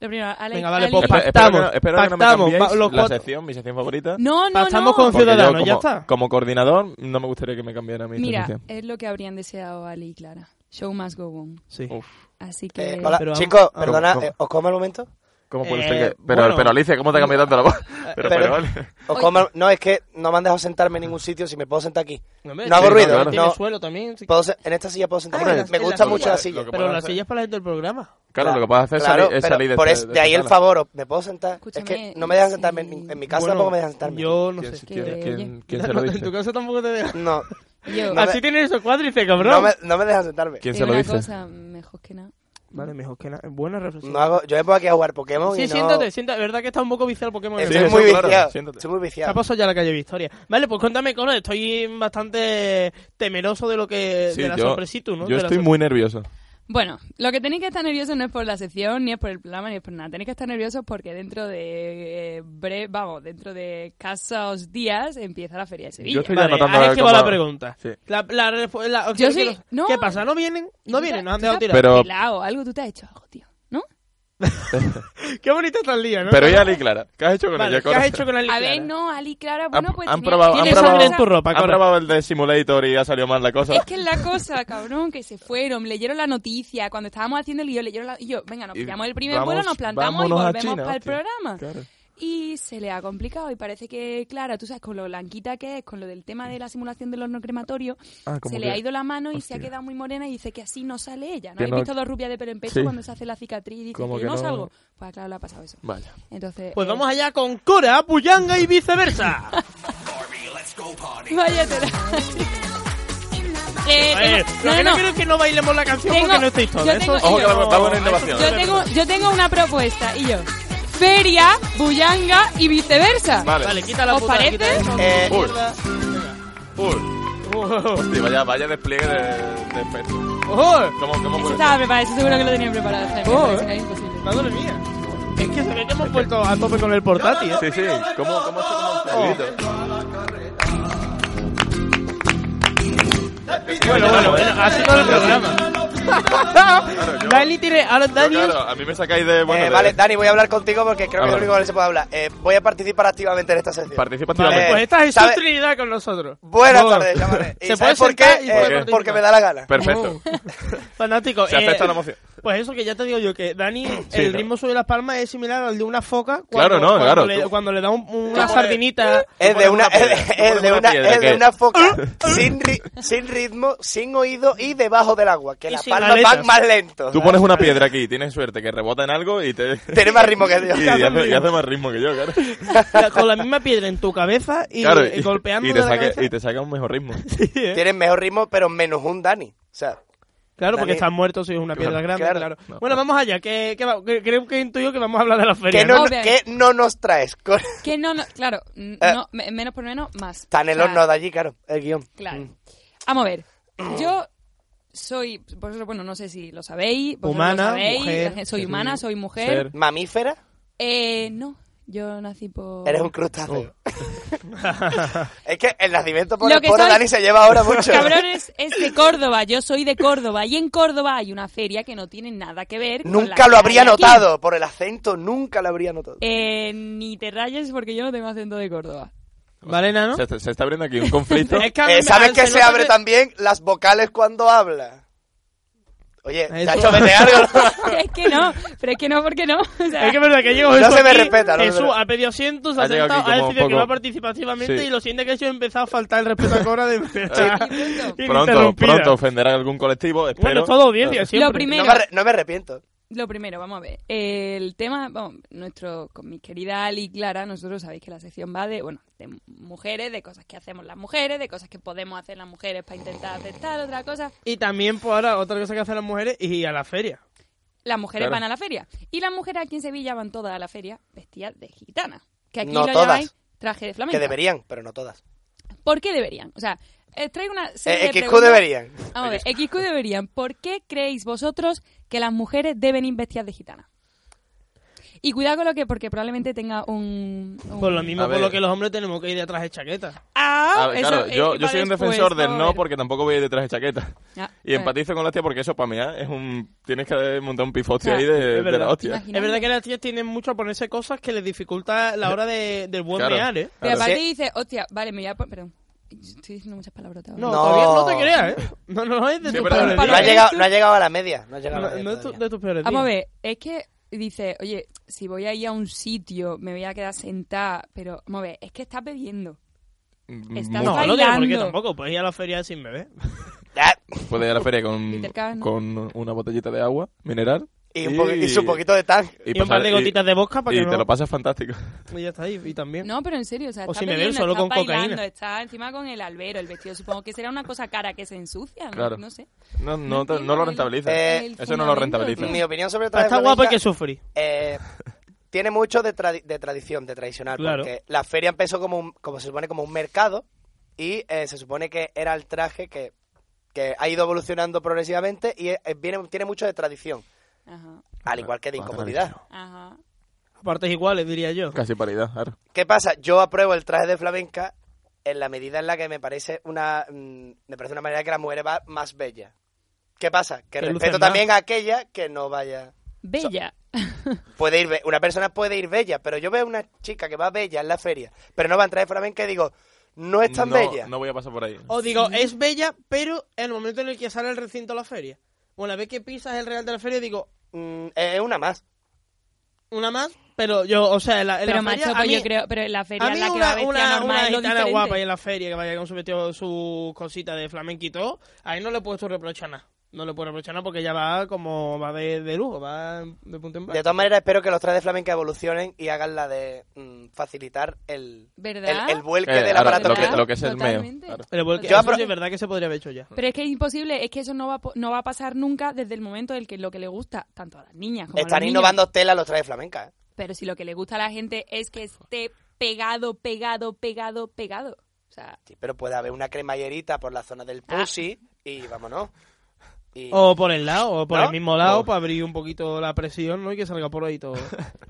D: lo primero, Alex.
A: Venga, vale,
D: Ali-
A: pues,
B: Espe- espero que no-
A: Pactamos,
B: espero que no me
A: pactamos,
B: cambiéis
A: va- los
B: la
A: cuatro.
B: sección, mi sección favorita.
D: No, no,
A: Pasamos
D: no.
A: con
B: Porque yo
A: Ciudadanos, ya
B: como-
A: está.
B: Como coordinador, no me gustaría que me cambiara mi
D: Mira,
B: sección.
D: es lo que habrían deseado Ali y Clara. Show must go on.
A: Sí.
B: Uf.
D: Así que.
I: Eh, hola,
A: Pero vamos-
I: chicos,
A: vamos-
I: perdona,
B: vamos.
I: eh, ¿os como el momento?
B: ¿Cómo puede
A: Eh,
B: ser que.? Pero,
A: bueno. Eh,
B: pero Alicia, ¿cómo te ha cambiado tanto la voz? (laughs) Pero,
A: (laughs)
I: pero-
B: pero, vale.
I: ¿Os
D: Oye.
I: como el- No, es que no me han dejado sentarme en ningún sitio, si me puedo sentar aquí.
A: hombre,
I: No hago
A: sí,
I: ruido,
A: claro. Tiene
I: no.
A: suelo también. sí.
I: Puedo se- En esta silla puedo sentarme.
A: Ah,
I: Me-
A: en la-
I: me
A: en la
I: gusta
A: silla.
I: mucho la
B: Lo
I: silla.
B: que
A: Pero
B: puedo
A: la
B: hacer-
A: silla es para la gente del programa.
B: Claro, lo que puedes hacer es
I: Claro,
B: salir, es
I: pero
B: salir de
I: por
B: este-
I: eso-
B: de
I: de ahí
B: esta
I: el
B: sala.
I: favor, ¿os- ¿me puedo sentar? Es
D: Escúchame,
I: que no me dejan
D: sí.
I: sentarme, en, en mi casa
A: Bueno,
I: tampoco me dejan sentarme.
A: Yo no
B: ¿Quién,
A: sé.
D: Que-
B: quién- quién-
A: (laughs)
B: quién se
A: No,
B: lo
A: En tu
B: dice?
A: casa tampoco te dejan.
I: No,
D: Yo,
I: No
A: Así
I: me-
A: tienes esos cuádriceps,
I: no
A: cabrón.
I: me, no me dejan sentarme.
B: ¿Quién
D: te
B: se
D: digo
B: lo
D: una
B: dice?
D: cosa, mejor que nada.
A: Vale, mejor que nada. Buena reflexión.
I: No hago, yo me pongo aquí a jugar Pokémon
A: sí,
I: y no...
A: siéntate, siéntate. verdad que está un poco viciado el Pokémon.
I: Estoy,
B: Sí,
I: muy
B: eso, claro,
I: viciado,
B: siéntate.
I: estoy muy
A: Se ha
I: viciado. (laughs)
A: pasado ya la calle Victoria. Vale, pues cuéntame, Coro, estoy bastante temeroso de lo que...
B: Sí,
A: de la
B: yo-
A: sorpresita, ¿no?
B: Yo
A: De la
B: estoy
A: sor-
B: muy nervioso.
D: Bueno, lo que tenéis que estar nerviosos no es por la sección, ni es por el programa, ni es por nada. Tenéis que estar nerviosos porque dentro de eh, bre- vamos, dentro de casos días empieza la feria de Sevilla.
B: Yo estoy ya
A: Vale,
B: anotando
A: ahora
B: a
A: es
B: ver
A: que va
B: cómo-
A: la pregunta.
B: Sí.
A: La, la, respu- la-
D: Yo
A: ¿qué-
D: sí-
A: qué-
D: no.
A: ¿Qué pasa? ¿No vienen? No
D: Tú te-
A: vienen, nos han
D: tú
A: dejado
D: te
A: tirar.
D: has
B: Pero-
D: pelao, algo tú te has hecho algo, tío, ¿no?
A: Qué bonita está el día, ¿no?
B: Pero y Ali Clara, ¿qué has hecho con
A: Vale,
B: ella?
A: ¿qué has hecho con Ali
D: A
A: Clara?
D: ver, no, Ali Clara, bueno, pues
B: Ah, Han
D: tenía-
B: probado, han
D: tiene
B: probado,
D: esa cosa-
B: han probado el de Simulator y ha salido mal la cosa.
D: Es que es la cosa, cabrón, que se fueron, leyeron la noticia, cuando estábamos haciendo el guión, leyeron la... Y yo, venga, nos
B: Y
D: pillamos el primer
B: vamos-
D: vuelo, nos plantamos y
B: vámonos a
D: volvemos
B: China,
D: para el
B: hostia.
D: programa.
B: Claro.
D: Y se le ha complicado y parece que, Clara, tú sabes, con lo blanquita que es, con lo del tema de la simulación del horno crematorio,
B: Ah, como
D: se le
B: que-
D: ha ido la mano y se ha
B: hostia.
D: quedado muy morena y dice que así no sale ella. ¿No
B: Que
D: habéis
B: no-
D: visto dos rubias de pelo en pecho
B: Sí.
D: cuando se hace la cicatriz y dice
B: Como
D: que,
B: que
D: yo no,
B: no-
D: salgo? Pues a Clara le ha pasado eso.
B: Vaya.
D: Entonces,
A: Pues
D: eh,
A: vamos allá con Cora, Puyanga y
I: (laughs)
A: viceversa.
D: Vaya tela. Eh,
A: A ver,
D: tengo-
A: lo
D: no,
A: que
D: no,
A: no
D: no.
A: quiero es que no bailemos la canción
D: Tengo-
A: porque no estáis todos.
D: yo
A: Eso
D: tengo-
A: sí
B: Ojo, que
A: no-
B: vamos- vamos en
A: eso
B: innovación.
A: sí
D: Yo
A: no-
D: tengo, yo tengo una propuesta, y yo. Feria, Buyanga y viceversa.
B: Vale.
A: Vale, quita la
D: ¿Os
A: puta,
D: parece?
A: quita eso.
I: Eh,
B: Uy, uy.
A: Ojo,
B: Hostia, vaya, vaya despliegue de, de efectos.
A: ojo,
B: ¿Cómo, cómo
D: Eso
B: puede
D: estaba preparado, eso seguro que lo tenía preparado. Jaime,
A: Oh,
D: pero si
A: eh.
D: no es imposible.
A: madre mía. Es que se ve que hemos vuelto a tope con el portátil. Oh. ¿eh?
B: ser? Sí, sí, ¿cómo, cómo se toma un fluidito?
A: Bueno, bueno, bueno, así todo el programa.
B: yo-
A: Dani tiene. Ahora
B: Yo,
A: Dani.
B: claro, a mí me sacáis de... Bueno,
I: Eh,
B: de-
I: vale, Dani, voy a hablar contigo porque creo
B: Ah,
I: que es lo
B: vale.
I: único que se puede hablar. Eh, voy a participar activamente en esta sección.
B: Participa
A: Vale,
B: activamente.
A: pues esta es su
I: ¿Sabe-
A: trinidad con nosotros.
I: Buenas
A: Por favor. (laughs)
I: tardes, chavales. ¿Y
A: Se puede
I: sabes por qué?
A: sentar y
I: Eh,
A: puede
I: porque
A: participar.
I: me da la gana. Oh.
B: Perfecto.
A: (laughs) Fanático.
B: Se acepta la moción.
A: Pues eso que ya te digo yo, que Dani, el
B: ¿no?
A: ritmo suyo de las palmas es similar al de una foca cuando,
B: Claro, no,
A: cuando,
B: claro,
A: le,
B: tú-
A: cuando le da un- una sardinita.
I: Es de una,
B: piedra,
I: es
B: tú
I: de-
B: pones
I: es de
B: una
I: una,
B: piedra
I: es de
B: que-
A: (laughs)
I: una foca sin, ri- sin ritmo, sin oído y debajo del agua. Que
A: Y
I: las
A: sin
I: palmas
A: aletas.
I: van más lento.
B: Tú pones una piedra aquí, tienes suerte, que rebota en algo y
A: (laughs)
B: te...
I: Tiene más ritmo que
B: Y, (laughs)
I: Dios.
B: y hace, y hace más ritmo que yo, claro.
A: la- con la misma piedra en tu cabeza y,
B: Claro,
A: y golpeando
B: y te,
A: la
B: saca,
A: cabeza. (laughs)
B: y te saca un mejor ritmo.
A: Sí, ¿eh?
I: Tienen mejor ritmo, pero menos un Dani. O sea,
A: Claro, porque
I: Dani-
A: estás muerto si es una piedra
I: Claro,
A: grande, claro.
I: claro.
B: No.
A: Bueno, vamos allá, que, que va- que creo que intuyo que vamos a hablar de la feria.
I: ¿qué no,
D: Obvio.
I: qué no nos traes? Con-
D: Que no, no, claro, mm,
I: Eh.
D: no, me- menos por menos, más.
I: Está en el
D: O sea,
I: horno de allí, claro, el guión. Mm.
D: Claro. Vamos a ver.
A: Oh.
D: Yo soy, vosotros, bueno, no sé si lo sabéis. vosotros
A: Humana,
D: lo sabéis,
A: mujer,
D: la gen- soy
A: ser
D: humana,
A: humano,
D: soy mujer.
B: ser.
I: ¿Mamífera?
D: Eh, no, yo nací por...
I: Eres un crustáceo.
A: Oh.
I: (laughs)
A: no.
I: Es que el nacimiento por
D: Lo
I: el
D: que
I: poro
D: soy-
I: Dani se lleva
D: (laughs)
I: ahora mucho.
D: Cabrones, es de Córdoba, yo soy de Córdoba y en Córdoba hay una feria que no tiene nada que ver. con la
I: Nunca
D: que
I: lo habría
D: hay aquí.
I: notado, por el acento nunca lo habría notado.
D: Eh, ni te rayes porque yo no tengo acento de Córdoba.
A: ¿Vale, Nano?
B: Se, se está abriendo aquí un conflicto.
A: (laughs) Es que a mí
I: Eh,
A: me-
I: ¿Sabes
A: a-
I: que se
A: nota
I: abre también las vocales cuando habla? Oye,
A: Eso.
I: te ha hecho vete
D: (laughs)
I: algo.
D: es que no, pero es que no, porque no. O sea,
A: Es que es verdad que llego
I: No
A: Jesús
I: se me
A: aquí,
I: respeta, no se me
A: Jesús
I: respeta.
A: ha pedido asiento, se
B: Ha
A: ha
B: llegado
A: sentado,
B: aquí
A: ha
B: como
A: decidido que
B: poco-
A: va participativamente
B: Sí.
A: y lo siente que yo he empezado a faltar el respeto a
D: (laughs)
A: Cora de (laughs) manera
B: Ah. pronto,
A: ininterrumpida.
B: pronto ofenderá a algún colectivo, espero.
A: Bueno, es todo audiencia siempre.
D: lo primero,
I: No me, arre- no me arrepiento.
D: lo primero, vamos a ver. El tema, vamos, nuestro, con mi querida Ali Clara, nosotros sabéis que la sección va de, bueno, de mujeres, de cosas que hacemos las mujeres, de cosas que podemos hacer las mujeres para intentar aceptar otra cosa.
A: Y también, pues ahora, otra cosa que hacen las mujeres y a la feria.
D: Las mujeres
B: Claro.
D: van a la feria. Y las mujeres aquí en Sevilla van todas a la feria vestidas de gitana. Que aquí
I: No
D: lo
I: todas.
D: llamáis traje de flamenco.
I: Que deberían, pero no todas.
D: ¿Por qué deberían? O sea, eh, traigo una serie
I: Eh,
D: de
I: XQ
D: preguntas.
I: deberían.
D: Vamos a ver, XQ deberían. ¿Por qué creéis vosotros que las mujeres deben ir vestidas de gitana? Y cuidado con lo que, porque probablemente tenga un... un-
A: Por Pues lo mismo,
B: A
A: por
B: ver.
A: lo que los hombres tenemos que ir detrás de chaqueta.
D: Ah,
B: A ver,
D: eso,
B: claro,
D: eh, pues,
B: yo,
D: va
B: yo soy un
D: después,
B: defensor del
D: vamos a
B: no
D: ver.
B: porque tampoco voy a ir detrás de chaqueta.
D: Ah,
B: Y
D: eh,
B: empatizo con la tía porque eso para mí ¿eh? es un... Tienes que montar un pifostio
D: Claro.
B: ahí de, de
A: Es
B: la
A: verdad.
B: hostia.
D: Imagina.
A: Es verdad que las tías tienen mucho a ponerse cosas que les dificulta la hora de, del buen
B: Claro.
A: mear, ¿eh?
D: Pero
I: Claro.
D: aparte
I: Sí.
D: dice, hostia, vale, me voy a... pon- Perdón, estoy diciendo muchas palabrotas. ahora.
A: No,
I: No.
A: todavía no te creas, ¿eh? No, no es de
B: Sí,
A: tus
B: pero-
A: peores
D: Para
I: No ha
A: días.
D: ver.
I: llegado, no ha llegado a la media. No ha llegado
A: No,
I: a la media
A: no es tu-
I: todavía.
A: de tus peores
D: Vamos a
A: días.
D: ver, es que dice, oye, si voy a ir a un sitio, me voy a quedar sentada, pero, vamos a ver, es que estás bebiendo.
B: Mm,
D: Estás
B: mucho.
A: No, no tiene por qué
D: bailando.
A: tampoco. Puedes ir a la feria sin beber.
I: Ah,
B: Puedes ir a la feria con,
D: Peter Cabas, ¿no?
B: con una botellita de agua mineral.
I: y, un poqui- y su poquito de tan.
A: Y, un par de gotitas de vodka para
B: Y,
A: que
B: y
A: no...
B: te lo pasas fantástico.
A: Y ya está ahí, y también.
D: No, pero en serio, o sea,
A: O
D: está
A: si me veo
D: bebiendo,
A: solo
D: está
A: con cocaína.
D: bailando, está encima con el albero, el vestido, supongo que será una cosa cara que se ensucia, Ah, ¿no?
B: Claro.
D: No sé.
B: No, no, te-
D: entiendo
B: no lo
D: el-
B: rentabiliza.
I: Eh,
D: el
B: Eso no lo
D: fundamento,
B: rentabiliza.
D: tío.
I: Mi opinión sobre
A: Pero
I: traje
A: está
I: flamenca,
A: guapo hay que sufrir.
I: eh, tiene mucho de, tradi- de tradición, de tradicional,
A: Claro.
I: porque la feria empezó como, un- como se supone como un mercado y eh, se supone que era el traje que, que ha ido evolucionando progresivamente y eh, viene, tiene mucho de tradición,
D: Ajá,
I: al igual que de
B: Bueno,
I: incomodidad.
D: ajá.
A: Partes iguales, diría yo.
B: Casi paridad, claro.
I: ¿Qué pasa? Yo apruebo el traje de flamenca en la medida en la que me parece una mm, me parece una manera que la mujer va más bella. ¿Qué pasa? Que,
A: Que lucen
I: respeto
A: más.
I: también a aquella que no vaya.
D: Bella.
I: Puede ir, be- una persona puede ir bella, pero yo veo una chica que va bella en la feria, pero no va a entrar de flamenca y digo, no
D: Pues
I: es tan
B: no,
I: bella.
B: No voy a pasar por ahí.
A: O digo, es bella, pero en el momento en el que sale el recinto a la feria. Una vez que pisas el real de la feria, digo,
I: mm, es una más.
A: Una más, pero yo, o sea, en la, en
D: Pero
A: la
D: macho,
A: feria, a
D: pues
A: mí-
D: yo creo, pero en la feria
A: a mí
D: la que
A: una,
D: va vestida
A: una-
D: normal
A: una
D: es lo
A: gitana
D: diferente.
A: guapa ahí en la feria que vaya con su vestido, su cosita de flamenquito, ahí no le he puesto reprochar nada. No le puedo reprochar nada porque ya va como va de, de lujo, va de punto en blanco.
I: De todas maneras, espero que los tres de flamenca evolucionen y hagan la de mm, facilitar el,
D: ¿Verdad?
I: el, el vuelque
B: Eh,
I: del
B: ahora,
I: aparato.
B: lo que- lo que es el meo.
D: Totalmente.
B: claro.
A: Pero porque
I: Yo
A: eso
I: apro-
A: sí es verdad que se podría haber hecho ya.
D: Pero es que es imposible, es que eso no va, a po- no va a pasar nunca desde el momento en el que lo que le gusta, tanto a las niñas como a los
I: Están
D: niños.
I: innovando tela los tres de flamenca. ¿eh?
D: Pero si lo que le gusta a la gente es que esté pegado, pegado, pegado, pegado. O sea,
I: Sí, pero puede haber una cremallerita por la zona del
D: Ah.
I: pussy y vámonos. Y- o...
A: O por el lado, o por
I: ¿No?
A: el mismo lado,
I: No.
A: para abrir un poquito la presión, ¿no? Y que salga por ahí
I: (laughs)
A: todo.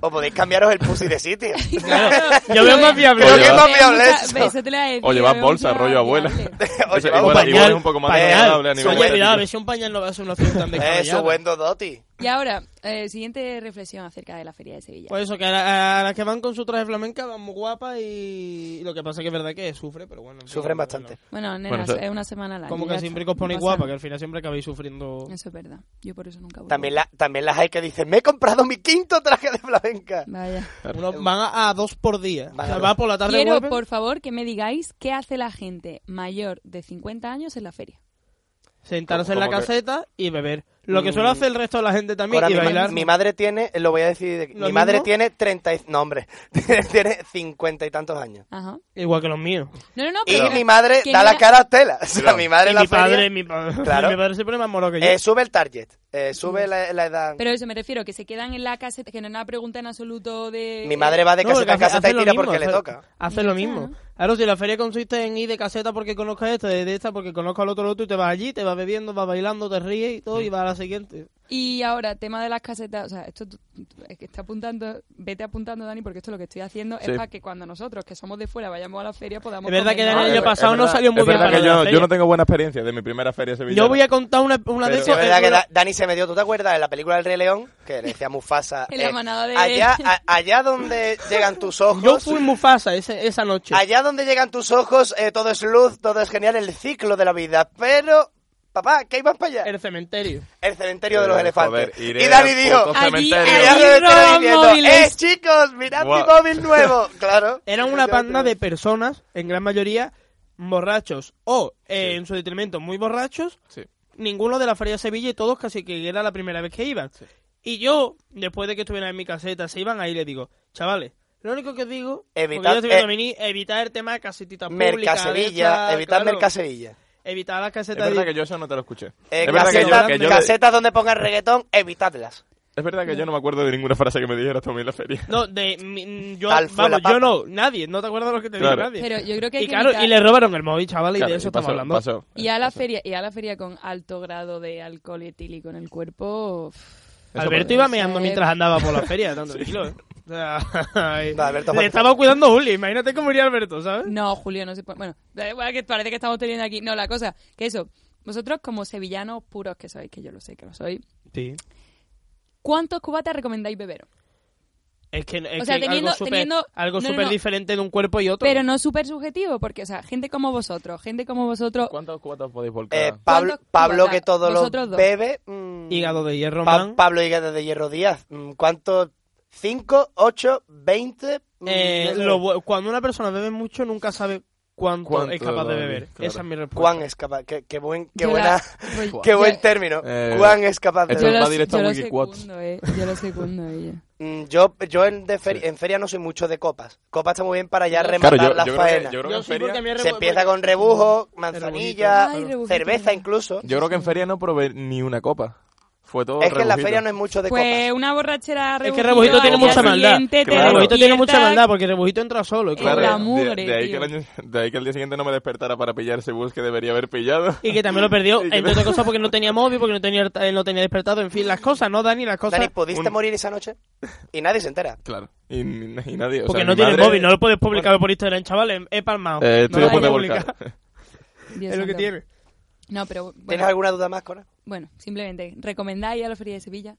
I: podéis cambiaros el pussy
D: (laughs)
I: de sitio.
A: (laughs) yo veo más viable.
B: Creo que es
I: más viable
D: Mucha-
I: eso.
D: ve, eso te lo voy a decir,
B: O llevar
D: es
B: bolsa,
D: mucho
B: rollo
D: más
B: (laughs) abuela.
D: viable.
I: O
B: Eso
I: llevar un
B: igual, igual
A: pañal,
B: es un poco más
I: pañal.
B: agradable a
A: Eso,
B: nivel
I: Oye,
A: cuidado, a
B: estético.
A: ver si un pañal no va a ser una opción tan
I: (laughs) Eso,
A: descabellada.
I: buen Eh, doti.
D: Y ahora, eh, siguiente reflexión acerca de la Feria de Sevilla.
A: Pues eso, que a, la- a las que van con su traje flamenca van muy guapas y, y lo que pasa que es verdad que sufre, pero bueno. en fin, bueno,
I: Sufren bastante.
D: bueno, nena,
B: Bueno, eso-
D: es una semana al año.
A: Como
D: ya
A: que
D: está,
A: siempre que os
D: no
A: ponéis
D: pasa
A: guapa, que
D: nada.
A: al final siempre acabáis sufriendo.
D: Eso es verdad. Yo por eso nunca vuelvo.
I: También, la, también las hay que dicen, me he comprado mi quinto traje de flamenca.
D: Vaya.
A: Uno van a, a dos por día.
I: Vale,
A: o sea,
I: vale.
A: va por la tarde
D: Quiero,
A: vuelve.
D: por favor, que me digáis qué hace la gente mayor de 50 años en la feria.
A: sentarse en
B: Como-
A: la
B: como que-
A: caseta y beber. Lo que suele hacer el resto de la gente también
I: Mm. Ahora,
A: y
I: mi, ma-
A: bailar.
I: mi madre tiene, lo voy a decir, de- mi
A: ¿Lo
I: madre
A: mismo?
I: tiene 30, y- no hombre, (laughs) tiene 50 y tantos años.
D: Ajá.
A: Igual que los míos.
D: No, no, no.
I: Y
D: pero-
I: mi madre
D: que
I: da
D: no
I: la
D: la-
I: cara a tela. O sea,
B: Claro.
I: mi madre
A: Y
I: en la
A: mi
I: feria,
A: padre, mi, pa- (laughs)
I: Claro.
A: mi padre siempre es más moro que yo.
I: eh, sube el target, eh,
A: Mm.
I: sube la, la edad.
D: Pero eso me refiero, que se quedan en la caseta, que no es una pregunta en absoluto de... eh,
I: mi madre va de
A: No, porque
I: caseta en
A: hace-
I: caseta
A: hace
I: y
A: lo
I: tira
A: mismo,
I: porque le
A: hace-
I: toca.
A: Hace
D: Ya
A: lo
D: está,
A: mismo.
D: ¿no?
A: Claro, si la feria consiste en ir de caseta porque conozcas este, de esta porque conozco al otro, al otro, y te vas allí, te vas bebiendo, vas bailando, te ríes y todo, y vas a la siguiente.
D: Y ahora, tema de las casetas, o sea, esto tú- tú- es que está apuntando, vete apuntando, Dani, porque esto lo que estoy haciendo
B: Sí.
D: es para que cuando nosotros, que somos de fuera, vayamos a la feria, podamos...
A: Es verdad que Dani,
D: comentar.
A: el
B: Ah,
A: año
B: es-
A: pasado
B: es
A: no
B: verdad-
A: salió muy
B: es
A: bien
B: verdad
A: para
B: que
A: la
B: yo,
A: feria.
B: yo no tengo buena experiencia de mi primera feria sevillana.
A: Yo voy a contar una, una de
B: Pero-
I: Sí, es
A: esas.
I: verdad que
A: una-
I: Da- Dani se metió, ¿tú te acuerdas de la película del Rey León? Que le decía Mufasa.
D: (laughs)
I: eh,
D: En la manada de- (laughs)
I: Allá, a- allá donde llegan tus ojos.
A: Yo fui Mufasa ese, esa noche.
I: Allá donde llegan tus ojos, eh, todo es luz, todo es genial, el ciclo de la vida. Pero, papá, ¿qué ibas para allá?
A: El cementerio.
I: El cementerio de los
B: Eh,
I: elefantes.
B: joder, iré
I: y Dani
B: al
I: dijo,
B: puto
D: Allí-
B: cementerio.
I: y
D: allí-
I: Dani
D: Ahí
I: estaba
D: roban
I: diciendo,
D: móviles.
I: eh, chicos, mirad mi
B: Guau.
A: (laughs)
I: móvil nuevo. (laughs) Claro.
A: Eran una panda de personas, en gran mayoría, borrachos o, eh, en su detrimento, muy borrachos,
B: Sí.
A: ninguno de la Feria de Sevilla y todos casi que era la primera vez que iban. Y yo, después de que estuviera en mi caseta, se iban ahí le digo, chavales, lo único que os digo, porque
I: Evitad-
A: yo estoy viendo
I: eh,
A: venir, evitar el tema de casetitas públicas.
I: Mercasevilla,
A: de esas,
I: evitad
A: claro,
I: Mercasevilla.
A: evitar las
B: Es
A: casetas.
B: verdad
A: de-
B: que yo eso no te lo escuché.
I: Eh,
B: es, verdad que yo,
I: casetas,
B: que yo de-
I: casetas donde pongan reggaetón, evitadlas.
B: es verdad que yo no me acuerdo de ninguna frase que me dijeras tú a mí en la feria.
A: No, de, mi- mm, yo,
I: Tal fue la
A: vamos, yo
I: papa.
A: no, nadie, no te acuerdas lo que te
B: Claro.
A: digo, nadie.
D: Pero yo creo que hay
A: y
D: que
A: claro,
D: evitar-
A: y le robaron el móvil, chavales, y
B: Claro,
A: de eso
B: y pasó-
A: estamos hablando.
B: pasó.
D: Y a la feria, y a la feria con alto grado de alcohol etílico en el cuerpo. pff,
B: Eso
A: Alberto
B: parece.
A: iba meando
D: Eh,
A: mientras andaba por la feria, tanto tranquilo, ¿eh? O sea,
I: No, Alberto
A: le
I: falta.
A: estaba cuidando Uli, imagínate cómo iría Alberto, ¿sabes?
D: No, Julio, no se puede. Bueno, da igual que parece que estamos teniendo aquí. No, la cosa, que eso, vosotros como sevillanos puros que sois, que yo lo sé que lo sois,
A: Sí.
D: ¿cuántos cubatas recomendáis beber?
A: Es que, es
D: O sea,
A: que
D: teniendo-
A: algo súper
D: teniendo-
A: algo
D: no, no,
A: súper
D: no.
A: diferente de un cuerpo y otro.
D: Pero no súper subjetivo, porque, o sea, gente como vosotros, gente como vosotros.
B: ¿Cuántos cubatas podéis volcar?
I: Eh, Pablo,
D: ¿Cuántos
I: Pablo
D: cubatas?
I: que todo lo
D: Vosotros dos.
I: bebe. mm,
A: Hígado de hierro,
I: Pa-
A: man.
I: Pablo Hígado de Hierro Díaz. mm, ¿Cuántos? ¿Cinco? ¿Ocho? ¿Veinte? mm,
A: Eh,
I: no sé.
A: lo bu- cuando una persona bebe mucho, nunca sabe cuánto,
B: Cuánto
A: es capaz de
B: bebe,
A: beber.
B: claro.
A: Esa es mi respuesta.
I: Cuán es capaz. Qué, qué buen, qué
D: Yo
I: buena, (laughs)
D: la- pues,
I: qué
D: yo-
I: buen término.
B: Eh,
I: Cuán es capaz de.
B: esto-
D: Yo
B: va
D: lo,
B: directo
D: yo
B: a
D: lo
B: Wikiquotes.
D: secundo, eh. Yo lo secundo, ella.
I: Mm, Yo, yo en, de feri-
B: Sí.
I: en feria no soy mucho de copas. Copas está muy bien para ya rematar
B: claro, yo,
I: la
B: yo creo que,
I: faena.
B: yo creo que
A: Yo
B: en
A: sí, porque a
B: feria...
A: mí el
I: Se
A: rebo-
I: empieza
A: porque-
I: con rebujo, manzanilla,
D: Ay, rebujito,
I: cerveza
D: verdad.
I: incluso.
B: Yo creo que en feria no probé ni una copa. Fue todo
I: Es que en la
B: rebujito.
I: feria no es mucho de
D: Pues
I: copas.
D: una borrachera
A: Es que
D: rebujito,
A: Rebujito
D: al
A: tiene
D: día
A: mucha maldad.
D: siguiente te
B: Claro.
A: Rebujito tiene mucha
D: despiertas.
A: maldad porque Rebujito entra solo. es que-
D: Claro. la
B: de-
D: mugre,
B: de, ahí que
D: tío.
B: el año- de ahí que el día siguiente no me despertara para pillar ese bus que debería haber pillado.
A: Y que también
B: (laughs)
A: lo perdió,
B: Y que
A: entre
B: no-
A: otras cosas, porque no tenía móvil, porque no tenía, eh, no tenía despertado. En fin, las cosas, ¿no, Dani? Las cosas.
I: Dani, ¿pudiste
B: un-
I: morir esa noche? Y nadie se entera.
B: Claro. Y, y nadie... o
A: Porque
B: sea,
A: no
B: mi
A: tienes
B: madre-
A: móvil, no lo puedes publicar por Instagram, chavales. He palmado.
B: Eh,
A: no
B: estoy
A: lo
B: después de
A: puedes
B: volcar.
A: publicar.
D: Dios
A: Es lo que
D: santo.
A: tiene.
D: No, pero
I: ¿Tienes
D: bueno,
I: alguna duda más, Cora?
D: bueno, simplemente, ¿recomendáis a la feria de Sevilla?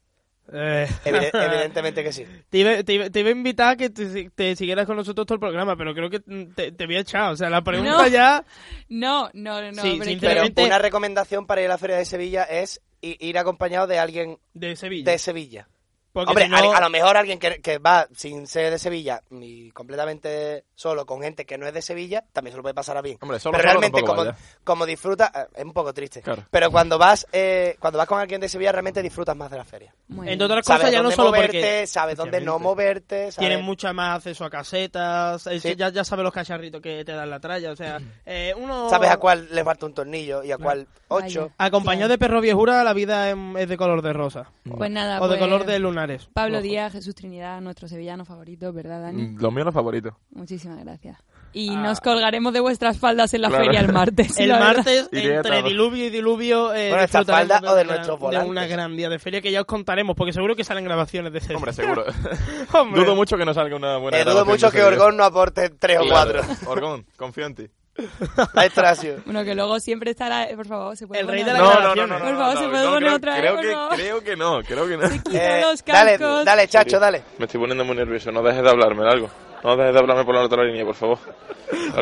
A: Eh.
I: Evide- evidentemente que sí.
A: Te iba, te iba- te iba a invitar a que te, si- te siguieras con nosotros todo el programa, pero creo que mm, te, te voy a echar. O sea, la pregunta
D: No.
A: ya.
D: No, no, no. no,
A: Sí,
D: pero es que-
I: Pero una recomendación para ir a la Feria de Sevilla es i- ir acompañado de alguien
A: De Sevilla.
I: de Sevilla.
A: Porque
I: Hombre,
A: si no-
I: a- a, lo mejor alguien que, que va sin ser de Sevilla y completamente solo con gente que no es de Sevilla, también se lo puede pasar a bien.
B: Hombre, solo,
I: Pero
B: solo
I: realmente
B: tampoco
I: como,
B: vaya.
I: como disfruta, eh, es un poco triste.
B: Claro.
I: Pero cuando vas eh, cuando vas con alguien de Sevilla realmente disfrutas más de la feria.
D: Muy
A: Entre
D: bien.
A: otras
I: Sabes
A: cosas, ya no
I: dónde
A: solo
I: moverte,
A: porque.
I: sabes dónde no
A: Efectivamente.
I: moverte, sabes-
A: Tienen mucha más acceso a casetas, eh,
I: Sí.
A: ya, ya sabes los cacharritos que te dan la tralla, o sea, eh, uno...
I: sabes a cuál le falta un tornillo y a cuál ocho.
A: Acompañado de perro viejura, la vida em- es de color de rosa.
D: Pues nada,
A: o de
D: pues,
A: color de lunares.
D: Pablo
A: Ojo.
D: Díaz, Jesús Trinidad, nuestro sevillano favorito, ¿verdad, Dani?
B: Mm, Los míos los favoritos.
D: Muchísimas gracias. Y nos colgaremos de vuestras faldas en la
B: Claro.
D: feria el martes.
A: Ah. (laughs) El
D: la verdad.
A: martes,
B: Iré a
A: entre
B: trabajar.
A: diluvio y diluvio, eh,
I: Bueno, esta
A: disfrutaremos
I: falda o de
A: una-
I: nuestros
A: De
I: volantes.
A: una gran día de feria que ya os contaremos, porque seguro que salen grabaciones de ese
B: Hombre, seguro.
A: (laughs) Hombre.
B: Dudo mucho que no salga una buena
I: Eh, dudo
B: grabación
I: mucho
B: de
I: que
B: ese (laughs)
I: Orgón no aporte tres o
B: vídeo.
I: cuatro.
B: Claro. Orgón, confío en ti.
I: (laughs) Ahí está, sí.
D: Bueno, que luego siempre estará... eh, Por favor, se puede
A: El
D: poner
A: rey de
D: otra
A: la
D: vez?
A: grabación.
D: Por favor, ¿se puede poner
B: creo,
D: otra vez,
B: creo
D: por
B: que,
D: favor?
B: creo que no, creo que no.
D: Quito
I: Eh,
D: los
I: dale,
D: cascos.
I: dale, chacho, dale.
B: Me estoy poniendo muy nervioso, no dejes de hablarme de algo. No dejes de hablarme por la otra línea, por
A: (laughs)
B: favor.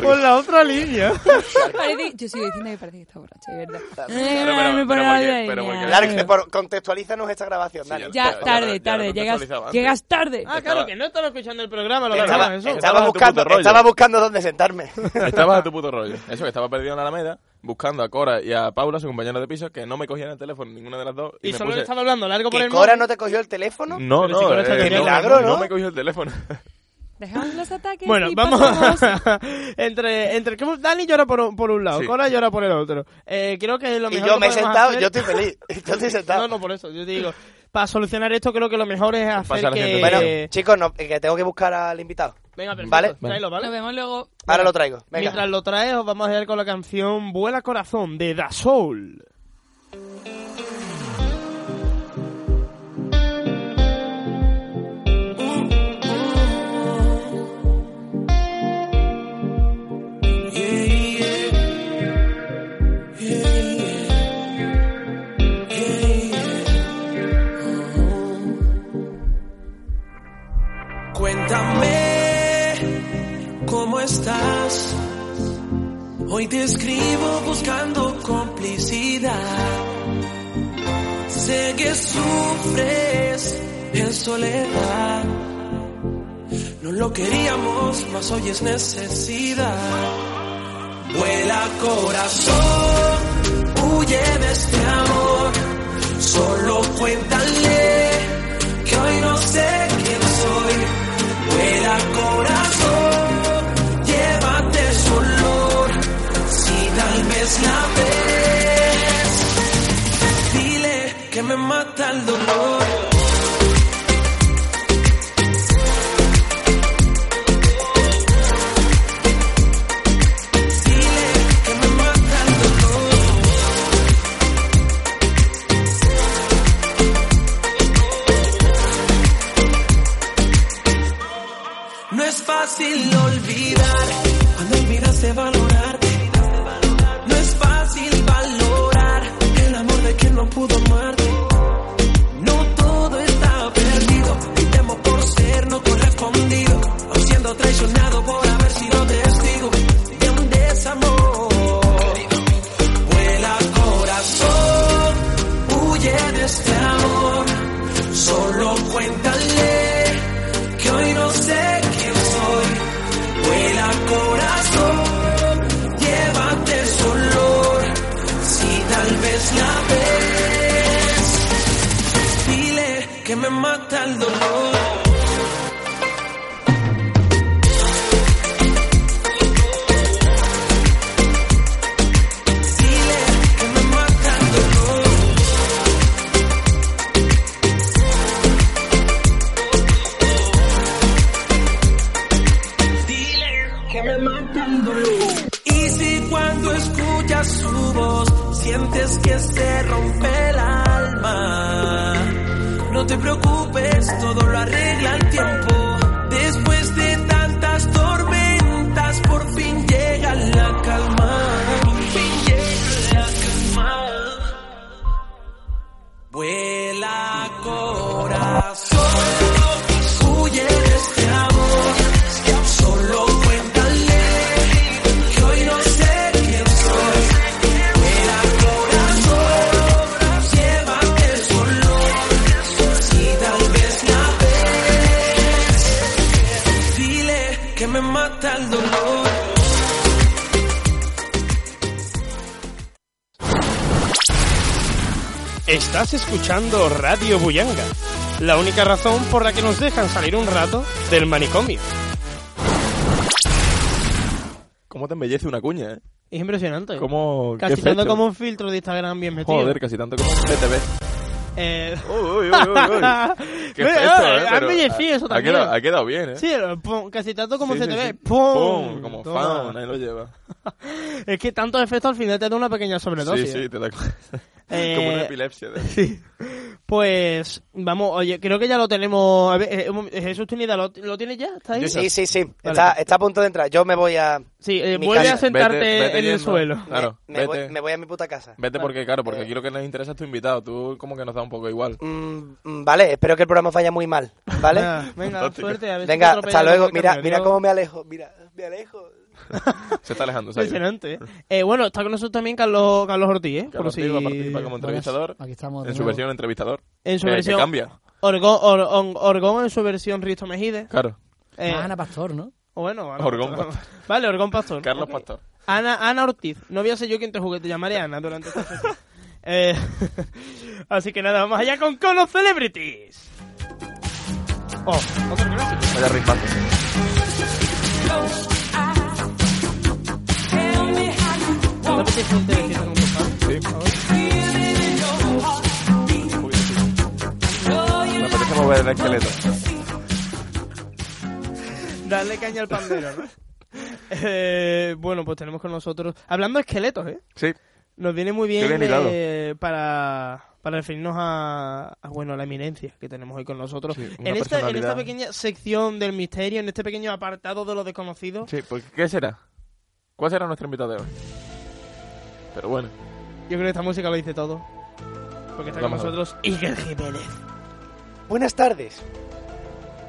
A: Por la otra línea.
D: (laughs) Parece- yo sigo diciendo que parece que está borracho, de verdad. Eh,
B: pero-
D: Me pone
B: pero
D: la
B: porque-
D: vida de
B: pero porque-
D: niña.
I: Dale, que por- contextualízanos esta grabación,
B: Sí,
I: dale.
B: Ya,
D: Ya,
B: ya,
D: tarde,
B: ya, ya lo
D: tarde.
B: contextualizaba
D: Llegas,
B: antes.
D: llegas tarde.
A: Ah, claro, que no estaba escuchando el programa, lo
B: Que
A: grababa
I: Estaba,
B: Estabas-
A: eso.
B: estabas
I: estaba
B: en tu
I: buscando,
B: puto rollo.
I: estaba buscando dónde sentarme.
B: Estabas a tu puto rollo. Eso, que estaba perdido en la Alameda, buscando a Cora y a Paula, su compañera de piso, que no me cogían el teléfono ninguna de las dos. Y,
A: Y
B: me
A: solo
B: puse...
A: le estaba hablando largo por
I: ¿Que
A: el
I: Cora
A: móvil.
I: no te cogió el teléfono?
B: No,
A: Pero si
B: no,
A: Cora está
B: eh,
A: perdido
B: no,
A: en la
I: Alameda.
B: no me cogió el teléfono. (laughs)
D: Dejamos los ataques
A: Bueno,
D: y
A: vamos
D: pasamos.
A: (laughs) entre, entre que Dani llora por, un- por un lado,
B: Sí.
A: Cora llora por el otro. Eh, creo que lo
I: Y
A: mejor
I: yo
A: que
I: me he
A: podemos
I: sentado,
A: hacer-
I: yo
A: (laughs)
I: estoy feliz. Yo estoy
A: No,
I: sentado.
A: no, por eso, yo te digo. Para solucionar esto creo que lo mejor es hacer
B: a la
A: que...
B: gente.
I: bueno,
B: eh,
I: chicos, no, que tengo que buscar al invitado.
A: Venga, perfecto,
I: Vale.
A: tráelo, ¿vale?
D: Nos vemos luego.
I: Ahora lo traigo. Venga.
A: Mientras lo traes, os vamos a ir con la canción Vuela Corazón de Da Soul.
J: Cuéntame cómo estás. Hoy te escribo buscando complicidad. Sé que sufres en soledad. No lo queríamos, mas hoy es necesidad. Vuela corazón, huye de este amor. Solo cuéntale que hoy no sé quién soy. Vuela corazón, llévate su olor. Si tal vez la ves, dile que me mata el dolor. Dile que me mata el dolor. No es fácil olvidar cuando olvidas de valorar. No es fácil valorar el amor de quien no pudo amar. No todo está perdido. Y temo por ser no correspondido. O siendo traicionado por haber sido testigo de un desamor. Vuela corazón, huye de este amor. Solo cuéntale que hoy no sé quién soy. Vuela corazón, llévate su olor. Si tal vez la ves, dile que me mata el dolor. Dile que me mata el dolor. Dile que me matan dolor. Y si cuando escuchas su voz sientes que se rompe el alma, no te preocupes, todo lo arregla el tiempo. Después de tantas tormentas, por fin llega la calma. Por fin llega la calma. Vuela corazón.
K: Huye de este amor, solo cuéntale que hoy no sé quién soy. El corazón, llévate el dolor, si tal vez la ves. Dile que me mata el dolor.
H: Estás escuchando Radio Buyanga, la única razón por la que nos dejan salir un rato del manicomio.
B: ¿Cómo te embellece una cuña, eh?
A: Es impresionante.
B: ¿Cómo,
A: Casi
B: qué
A: tanto
B: fecho?
A: como un filtro de Instagram bien metido.
B: Joder, casi tanto como un CTV.
A: Eh... ah,
B: uy, uy,
A: (laughs)
B: uy. Qué fecho, eh,
A: Ha
B: pero-
A: embellecido eso
B: ha
A: también.
B: quedado- ha quedado bien, eh.
A: Sí, pero, pum, casi tanto como
B: Sí, sí,
A: CTV.
B: sí.
A: ¡Pum!
B: Pum, Como
A: Toma.
B: fan, ahí lo lleva.
A: Es que tanto efecto al final te da una pequeña
B: Sí,
A: sobredosis.
B: sí,
A: eh.
B: te da (laughs) cu-
A: (laughs) Eh,
B: como una epilepsia. de-
A: (laughs) Sí. Pues, vamos, oye, creo que ya lo tenemos. A ver, eh, un mom- eh, Jesús Trinidad, ¿lo, lo tienes ya? ¿Está ahí?
I: Sí, sí, sí.
A: Vale.
I: Está, eh. está a punto de entrar. Yo me voy a.
A: Sí, eh,
I: mi
A: vuelve
I: casa.
A: a sentarte en el suelo.
B: Claro,
I: Me,
B: vete.
I: Voy, me voy a mi puta casa. Eh.
B: Vete porque, claro, porque aquí lo que nos interesa es tu invitado. Tú como que nos da un poco igual.
I: Mm, Vale, espero que el programa vaya muy mal. ¿Vale?
A: Ah, venga, Fantástico. suerte, a ver si
I: Venga,
A: te
I: hasta
A: atropella
I: luego.
A: el
I: Mira,
A: camión.
I: mira cómo me alejo. Mira, me alejo.
B: Se está alejando, Sayo.
A: Impresionante.
B: (laughs)
A: ¿eh? Eh, bueno, está con nosotros también Carlos, Carlos Ortiz, ¿eh?
B: Carlos
A: Por
B: Ortiz va a
A: si-
B: participar como entrevistador.
L: Aquí estamos de
B: En su
L: nuevo.
B: versión entrevistador.
A: En su
B: Eh, que
A: versión.
B: cambia.
A: Orgón, Or- On- Orgón en su versión Risto Mejide.
B: Claro.
A: Eh,
L: Ah, Ana Pastor, ¿no?
A: Bueno, Ana
B: Orgón
A: Pastor.
B: Pastor.
A: (laughs) Vale, Orgón Pastor.
B: Carlos
A: Ok.
B: Pastor.
A: Ana, Ana Ortiz. No voy a ser yo quien te jugué, te llamaré Ana durante
B: (laughs)
A: esta sesión. Eh, (laughs) así que nada, vamos allá con Cono Celebrities. Oh, otro clásico.
B: Vaya rifazo.
A: ¿No te apetece un tevecito con tu padre?
B: Me apetece mover el esqueleto.
A: Dale caña al pandero, ¿no? (laughs) Eh, bueno, pues tenemos con nosotros. Hablando de esqueletos, ¿eh?
B: Sí.
A: Nos viene muy bien,
B: Qué bien hilado.
A: eh, para, para referirnos a, a, bueno, a la eminencia que tenemos hoy con nosotros.
B: Sí, una
A: en, esta, en esta
B: personalidad.
A: pequeña sección del misterio, en este pequeño apartado de lo desconocido.
B: Sí, pues ¿qué será? ¿Cuál será nuestro invitado de hoy? Pero bueno,
A: Yo creo que esta música lo dice todo. Porque está
B: Vamos a
A: con
B: ver.
A: nosotros Iker Jiménez.
I: Buenas tardes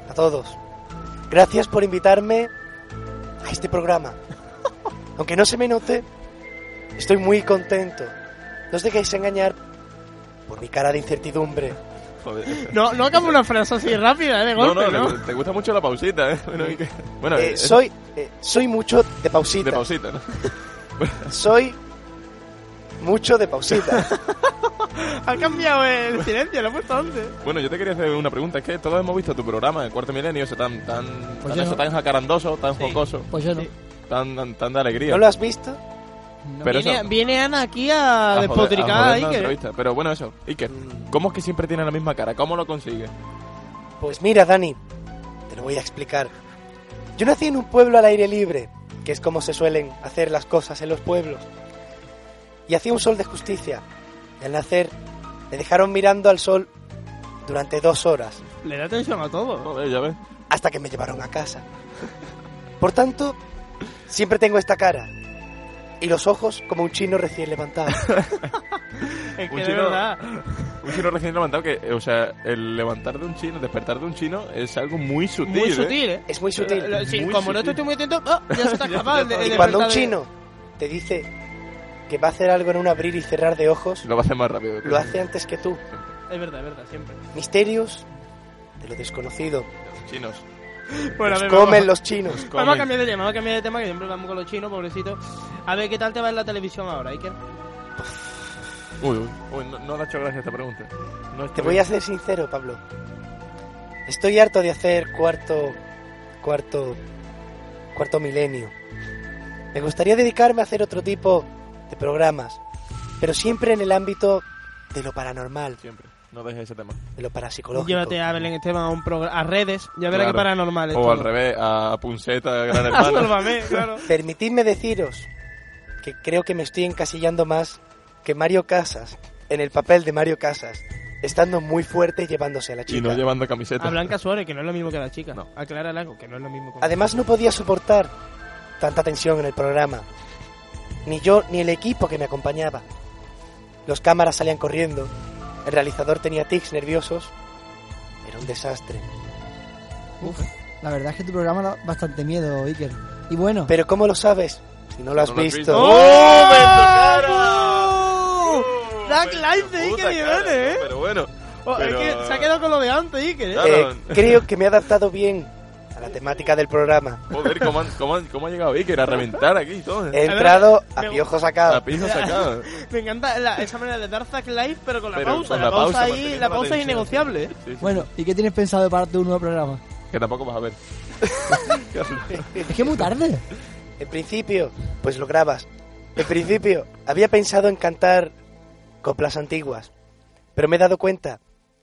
I: a todos. Gracias por invitarme a este programa. Aunque no se me note, estoy muy contento. No os dejéis engañar por mi cara de incertidumbre.
B: joder.
A: No, no hagamos una frase así rápida, ¿eh? De
B: No,
A: golpe,
B: no,
A: ¿no?
B: le- te gusta mucho la pausita, ¿eh? Bueno, y que- bueno,
I: Eh,
B: eh,
I: soy, eh, soy mucho de pausita.
B: de pausita, ¿no?
I: Soy mucho de pausita.
A: Ha cambiado el silencio, lo he puesto antes.
B: (laughs) Bueno, yo te quería hacer una pregunta. Es que todos hemos visto tu programa, el Cuarto Milenio, ese tan, tan,
A: Pues
B: tan,
L: yo
B: eso,
L: no.
B: tan jacarandoso, tan jocoso,
L: Pues yo no.
B: tan, tan, tan de alegría.
I: ¿No lo has visto?
B: Pero
A: viene,
B: eso-
A: viene Ana aquí a,
B: a joder-
A: despotricar
B: a
A: a
B: jodernos la
A: Iker. ¿eh?
B: entrevista. Pero bueno, eso, Iker,
I: Mm.
B: ¿cómo es que siempre tiene la misma cara? ¿Cómo lo consigue?
I: Pues mira, Dani, te lo voy a explicar. Yo nací en un pueblo al aire libre, que es como se suelen hacer las cosas en los pueblos. Y hacía un sol de justicia. Y al nacer, me dejaron mirando al sol durante dos horas,
A: Le da atención a todo.
B: Joder, ya ves.
I: hasta que me llevaron a casa. Por tanto, siempre tengo esta cara. Y los ojos como un chino recién levantado.
A: Es que
B: Un
A: de
B: chino-
A: verdad.
B: Un chino recién levantado que, eh, o sea, el levantar de un chino, despertar de un chino es algo muy sutil,
A: Muy
B: ¿eh?
A: sutil, ¿eh?
I: Es muy sutil.
A: Lo- lo- sí,
B: Muy
A: como no
B: sutil.
A: estoy muy atento, ¡ah!
B: (laughs)
A: ya se te ha acabado el, el
I: Y
A: despertar
I: cuando un
A: de-
I: chino te dice que va a hacer algo en un abrir y cerrar de ojos,
B: Lo va a hacer más rápido. tío.
I: lo hace antes que tú.
A: Es verdad, es verdad, siempre.
I: Misterios de lo desconocido.
B: Los chinos.
A: Bueno,
I: Los
A: a ver,
I: comen
A: vamos.
I: los chinos.
A: Vamos a
B: Comen.
A: cambiar de tema, vamos a cambiar de tema, que siempre vamos con los chinos, pobrecito. A ver, ¿qué tal te va en la televisión ahora, Iker?
B: Uy, uy, uy, no, no le ha hecho gracia esta pregunta. No
I: Te
B: estoy-
I: voy a ser sincero, Pablo. Estoy harto de hacer cuarto. cuarto. cuarto milenio. Me gustaría dedicarme a hacer otro tipo de programas, pero siempre en el ámbito de lo paranormal,
B: Siempre. No dejes ese tema.
I: de lo parapsicológico.
A: Llévate a Belén Esteban a, un progr- a redes, ya verá
B: Claro.
A: que paranormal es
B: O
A: todo.
B: al revés, a Punceta,
A: (laughs)
B: Gran
A: Ah,
B: Hermano.
A: sálvame, claro.
I: Permitidme deciros que creo que me estoy encasillando más que Mario Casas en el papel de Mario Casas, estando muy fuerte y llevándose a la
B: (laughs)
I: chica.
B: y no llevando camiseta.
A: A Blanca Suárez, que no es lo mismo que la chica.
B: No.
A: Aclara algo, que no es lo mismo que
I: Además no podía soportar tanta tensión en el programa. Ni yo ni el equipo que me acompañaba. Los cámaras salían corriendo, el realizador tenía tics nerviosos, Era un desastre.
L: Uf, la verdad es que tu programa da bastante miedo, Iker. Y bueno.
I: Pero ¿cómo lo sabes? Si no lo has
L: no lo has
I: visto.
L: visto. ¡Oh, me Dark Light de Iker Jiménez, ¿eh?
B: Pero bueno.
A: Oh,
I: pero-
A: Es que se ha quedado con lo de antes, Iker, ¿eh?
I: Eh, creo que me he adaptado bien a la temática del programa.
B: Joder, ¿cómo, han- cómo, han- cómo ha llegado Iker a reventar aquí y todo? ¿eh?
I: He entrado
L: Eh,
I: a piojo sacado.
B: A
A: (laughs)
B: piojo sacado.
A: Me encanta la- esa manera de dar Zack Life, pero con la
B: Pero
A: pausa.
B: con
A: la,
B: la
A: pausa,
B: pausa,
A: ahí,
B: manteniendo la
A: la pausa es
B: tensión.
A: innegociable, (laughs) ¿eh?
L: Bueno, ¿y qué tienes pensado para tu nuevo programa?
B: Que tampoco vas a ver.
L: (laughs) Es que muy tarde.
I: En principio, pues lo grabas. En principio, había pensado en cantar coplas antiguas, pero me he dado cuenta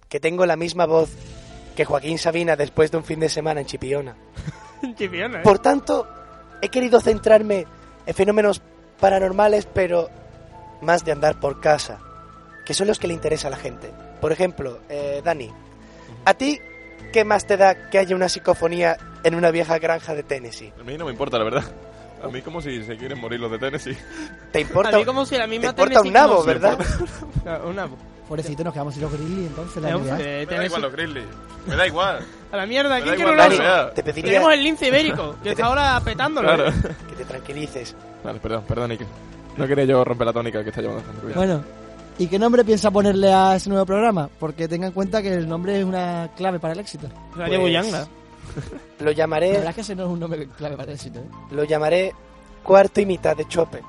I: que tengo la misma voz que Joaquín Sabina después de un fin de semana en Chipiona.
A: Chipiona, ¿eh?
I: Por tanto, he querido centrarme en fenómenos paranormales, pero más de andar por casa, que son los que le interesa a la gente. Por ejemplo, eh, Dani, ¿a ti qué más te da que haya una psicofonía en una vieja granja de Tennessee?
B: A mí no me importa, la verdad. A mí como si se quieren morir los de Tennessee.
I: ¿Te
A: A mí como si la misma
I: te importa un nabo, ¿verdad?
A: Un nabo.
L: Pobrecito, nos quedamos sin los grizzly entonces. La
A: Eh,
L: NBA.
A: eh,
B: Me da
A: Tennessee-
B: igual los Grizzlies. Me da igual.
A: A la mierda,
B: Me
A: aquí
B: da
A: quiero
B: igual
A: un
B: lo que
A: oso.
B: sea. Te pediría-
A: Tenemos el lince
I: (laughs)
A: ibérico, que está ahora petándolo.
B: Claro.
A: ¿eh?
I: Que te tranquilices.
B: Vale, perdón, perdón, Iker. No quería yo romper la tónica que está llevando esta entrevista.
L: Bueno, ¿y qué nombre piensa ponerle a ese nuevo programa? Porque tenga en cuenta que el nombre es una clave para el éxito.
I: Pues, (laughs) Lo
L: La
I: llamaré,
L: verdad es que ese no es un nombre clave para el éxito. ¿eh?
I: lo llamaré cuarto y mitad de chope.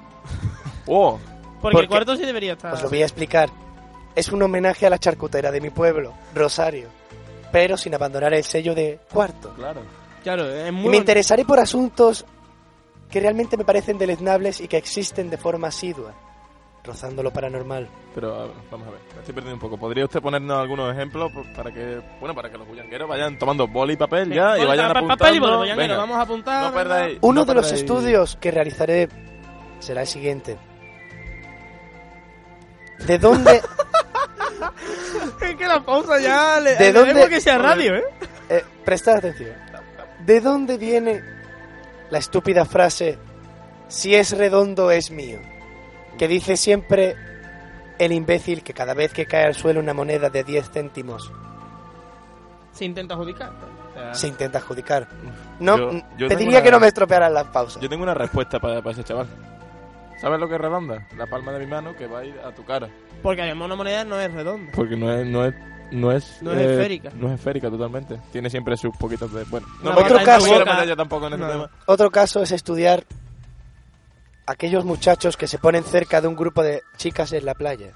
B: ¡Oh!
A: Porque, el cuarto sí debería estar.
I: Os Pues lo voy a explicar. Es un homenaje a la charcutera de mi pueblo, Rosario, pero sin abandonar el sello de cuarto.
B: Claro.
A: Claro, es
I: Y
A: muy.
I: me
A: bonito.
I: interesaré por asuntos que realmente me parecen deleznables y que existen de forma asidua, rozando lo paranormal.
B: Pero a ver, vamos a ver, me estoy perdiendo un poco. ¿Podría usted ponernos algunos ejemplos por- para que, bueno, para que los bullangueros vayan tomando boli y papel ya
A: Venga,
B: y vayan
A: pa- pa-
B: apuntando?
A: papel y boli, bullanguero,
B: Venga.
A: vamos a apuntar,
B: No perdáis.
I: Uno
B: no
I: de los
B: perdáis-
I: estudios que realizaré será el siguiente. ¿De dónde,
A: (laughs) Es que la pausa ya le.
I: ¿De
A: le
I: dónde-
A: debo que sea radio, ¿eh?
I: Eh, prestad atención. ¿De dónde viene la estúpida frase si es redondo es mío? Que dice siempre el imbécil que cada vez que cae al suelo una moneda de 10 céntimos
A: Se intenta adjudicar. O sea,
I: se intenta adjudicar. No,
B: Yo- yo
I: te
B: tengo
I: diría
B: una-
I: que no me estropearan las pausas.
B: Yo tengo una respuesta para, para Pues ese chaval. ¿Sabes lo que es redonda? La palma de mi mano que va a ir a tu cara.
A: Porque además una moneda no es redonda.
B: Porque no es... No es no es, eh,
A: No es esférica.
B: No es esférica totalmente. Tiene siempre sus poquitos de... Bueno,
I: Una
B: no, me
I: Otro
B: quiero-
I: caso.
B: no quiero meter yo tampoco en este
I: No.
B: tema.
I: Otro caso es estudiar aquellos muchachos que se ponen cerca de un grupo de chicas en la playa,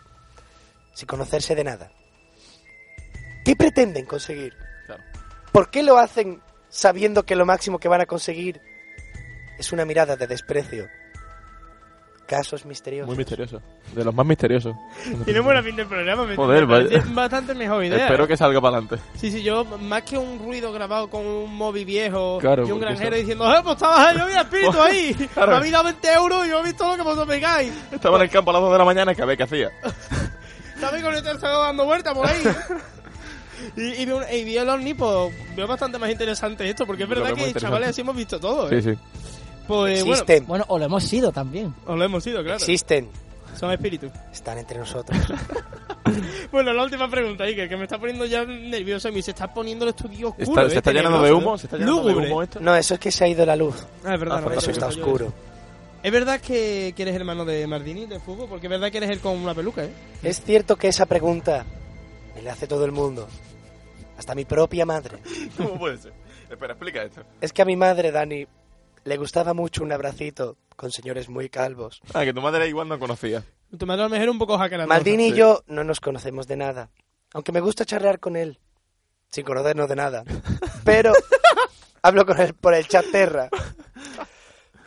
I: sin conocerse de nada. ¿Qué pretenden conseguir?
B: Claro.
I: ¿Por qué lo hacen sabiendo que lo máximo que van a conseguir es una mirada de desprecio? Casos misteriosos.
B: Muy misterioso. De los más
A: (laughs)
B: misteriosos.
A: Tiene buena pinta el programa, me
B: Joder,
A: me parece
B: vaya.
A: bastante mejor idea.
B: Espero
A: ¿eh?
B: que salga para adelante.
A: Sí, sí, yo más que un ruido grabado con un móvil viejo
B: Claro,
A: y un
B: porque
A: granjero
B: eso-
A: diciendo, ¡eh, pues estaba ahí, yo vi
B: (laughs)
A: al espíritu ahí!
B: Claro.
A: Me habéis dado 20 euros y yo he visto lo que vosotros pegáis.
B: Estaba en el campo a las 2 de la mañana que a ver qué hacía.
A: ¿Sabéis con el tercero dando vueltas por
B: (laughs)
A: ahí? y, y, vi un- y vi el ovni, pues veo bastante más interesante esto, porque es
B: Lo
A: verdad
B: veo muy
A: que,
B: interesante.
A: chavales, así hemos visto todo, ¿eh?
B: Sí, sí.
A: Pues bueno,
I: Existen.
L: Bueno, o lo hemos sido también.
A: os lo hemos ido, claro.
I: Existen.
A: Son espíritus.
I: Están entre nosotros.
L: (laughs)
A: Bueno, la última pregunta, Iker, que me está poniendo ya nervioso y me se está poniendo el estudio oscuro.
B: Está-
A: ¿eh?
B: se está llenando de
A: Tenebroso,
B: humo,
A: ¿eh?
B: se está llenando de
A: Lúgubre.
B: humo esto.
I: No, eso es que se ha ido la luz.
A: Ah, es verdad,
B: Ah,
A: no,
I: Por eso
B: fantástico.
I: pues está oscuro.
A: Es verdad que, que eres hermano de Mardini de fútbol, porque es verdad que eres el con una peluca, ¿eh?
I: Es cierto que esa pregunta me la hace todo el mundo. Hasta mi propia madre.
B: (laughs) ¿Cómo puede ser? Espera, explica esto.
I: Es que a mi madre, Dani, le gustaba mucho un abracito con señores muy calvos.
B: Ah, que tu madre igual no conocía.
A: Tu madre a lo mejor era un poco jacaranda.
I: Maldini y
A: Sí.
I: yo no nos conocemos de nada. Aunque me gusta charlar con él. Sin conocernos de nada.
A: (laughs)
I: Pero hablo con él por el chat Terra.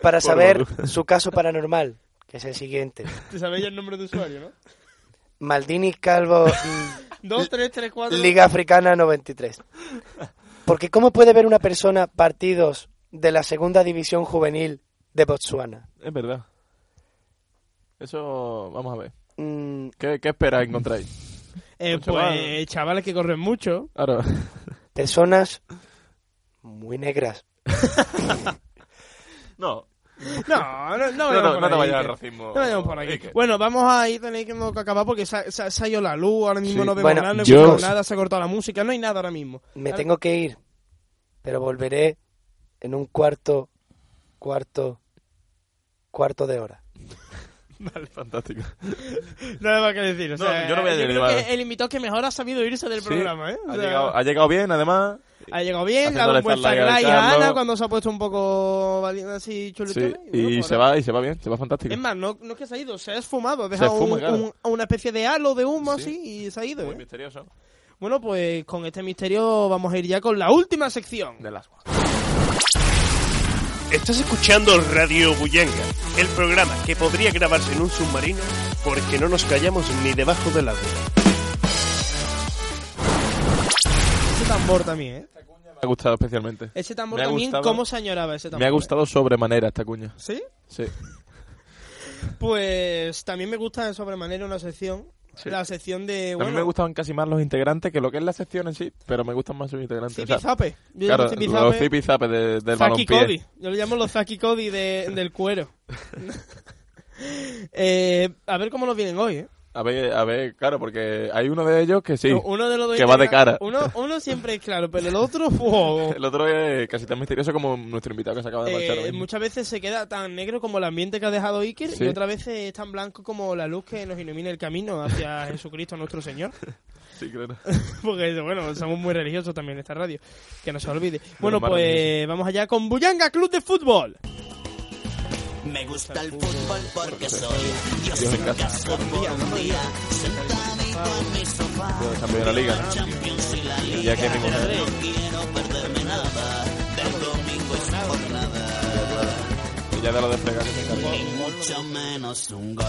I: Para saber su caso paranormal, que es el siguiente.
A: Te sabéis el nombre de usuario, ¿no? (laughs)
I: Maldini Calvo mm,
A: 2, 3, 3, 4.
I: Liga Africana 93. Porque ¿cómo puede ver una persona partidos de la segunda división juvenil de Botsuana?
B: Es verdad. Eso, vamos a ver.
I: Mm,
B: ¿Qué, qué esperas encontrar ahí?
A: Eh,
B: Un
A: pues
B: chaval.
A: chavales que corren mucho.
B: Ahora,
I: personas muy negras.
B: no,
A: No, no,
B: No, no,
A: no, vayamos por
B: no te
A: ahí,
B: vayas al
A: Iker.
B: racismo,
A: No vayamos por aquí.
B: Iker.
A: Bueno, vamos a ir teniendo que acabar porque se, ha- se, ha- se ha ido la luz, ahora mismo
I: Sí.
A: no vemos
I: Bueno,
A: nada, no
I: yo-
A: escuchamos nada, se ha cortado la música, no hay nada ahora mismo.
I: Me
A: Ahora-
I: tengo que ir, pero volveré en un cuarto, cuarto, cuarto de hora.
B: Vale, fantástico.
A: Nada más que decir. O
B: No,
A: sea,
B: yo no voy a
A: creo
B: llegar,
A: que
B: vale.
A: el invitado que mejor ha sabido irse del
B: Sí,
A: programa, ¿eh? O
B: Ha
A: sea,
B: llegado, ha llegado bien, además.
A: ha llegado bien, le ha dado
B: Haciéndole
A: un buen
B: spotlight al
A: spotlight a Ana
B: Carlos.
A: cuando se ha puesto un poco vali- así chulito.
B: Sí, y se va, y se va bien, se va fantástico.
A: Es más, no, no es que se ha ido, se ha esfumado, ha
B: Se
A: dejado
B: esfuma,
A: un-
B: claro.
A: un- una especie de halo de humo
B: Sí.
A: así y se ha ido.
B: Muy
A: ¿eh?
B: misterioso.
A: Bueno, pues con este misterio vamos a ir ya con la última sección.
B: De las
H: Estás escuchando Radio Bullanga, el programa que podría grabarse en un submarino porque no nos callamos ni debajo del agua.
A: Ese tambor también, ¿eh?
B: Me ha gustado especialmente.
A: Ese tambor
B: Me ha
A: también,
B: gustado-
A: ¿cómo se añoraba ese tambor?
B: Me ha
A: eh?
B: gustado sobremanera esta cuña.
A: ¿Sí?
B: Sí.
A: Pues también me gusta de sobremanera una sección.
B: Sí.
A: La sección de.
B: a
A: Eh, Bueno,
B: mí me gustaban casi más los integrantes que lo que es la sección en sí, pero me gustan más sus integrantes. o sea,
A: Zipizape. Yo
B: claro,
A: llamo zipizape.
B: los zipizape de, del
A: Zaki
B: balompié.
A: Cody. Yo le llamo los Zaki Cody de-
B: (laughs)
A: del cuero. Eh, a ver cómo nos vienen hoy, ¿eh?
B: A ver, a ver, claro, porque hay uno de ellos que sí,
A: Uno de los dos
B: que va de cara.
A: integrantes- Uno, uno siempre es
B: (laughs)
A: claro, pero el otro, (laughs) wow.
B: El otro es casi tan misterioso como nuestro invitado que se acaba de marchar. ahora
A: Eh,
B: mismo.
A: muchas veces se queda tan negro como el ambiente que ha dejado Iker
B: Sí.
A: y otras veces es tan blanco como la luz que nos ilumina el camino
B: (laughs)
A: hacia Jesucristo nuestro Señor. (laughs)
B: Sí, claro.
A: Porque, bueno, somos muy religiosos también en esta radio. Que no se olvide. Bueno,
B: más
A: pues
B: religiosos.
A: vamos allá con Bullanga Club de Fútbol.
K: Me gusta el fútbol porque soy yo
B: Dios
K: soy
B: en casa.
K: casco día un día sentadito en mi sofá.
B: Yo campeón de la liga, ¿no?
K: Champions y la
B: Y
K: liga.
B: ya que mi mujer-
K: No quiero perderme nada del domingo y su jornada.
B: Y ya de lo desplegado que se encargó.
K: Ni mucho menos un gol.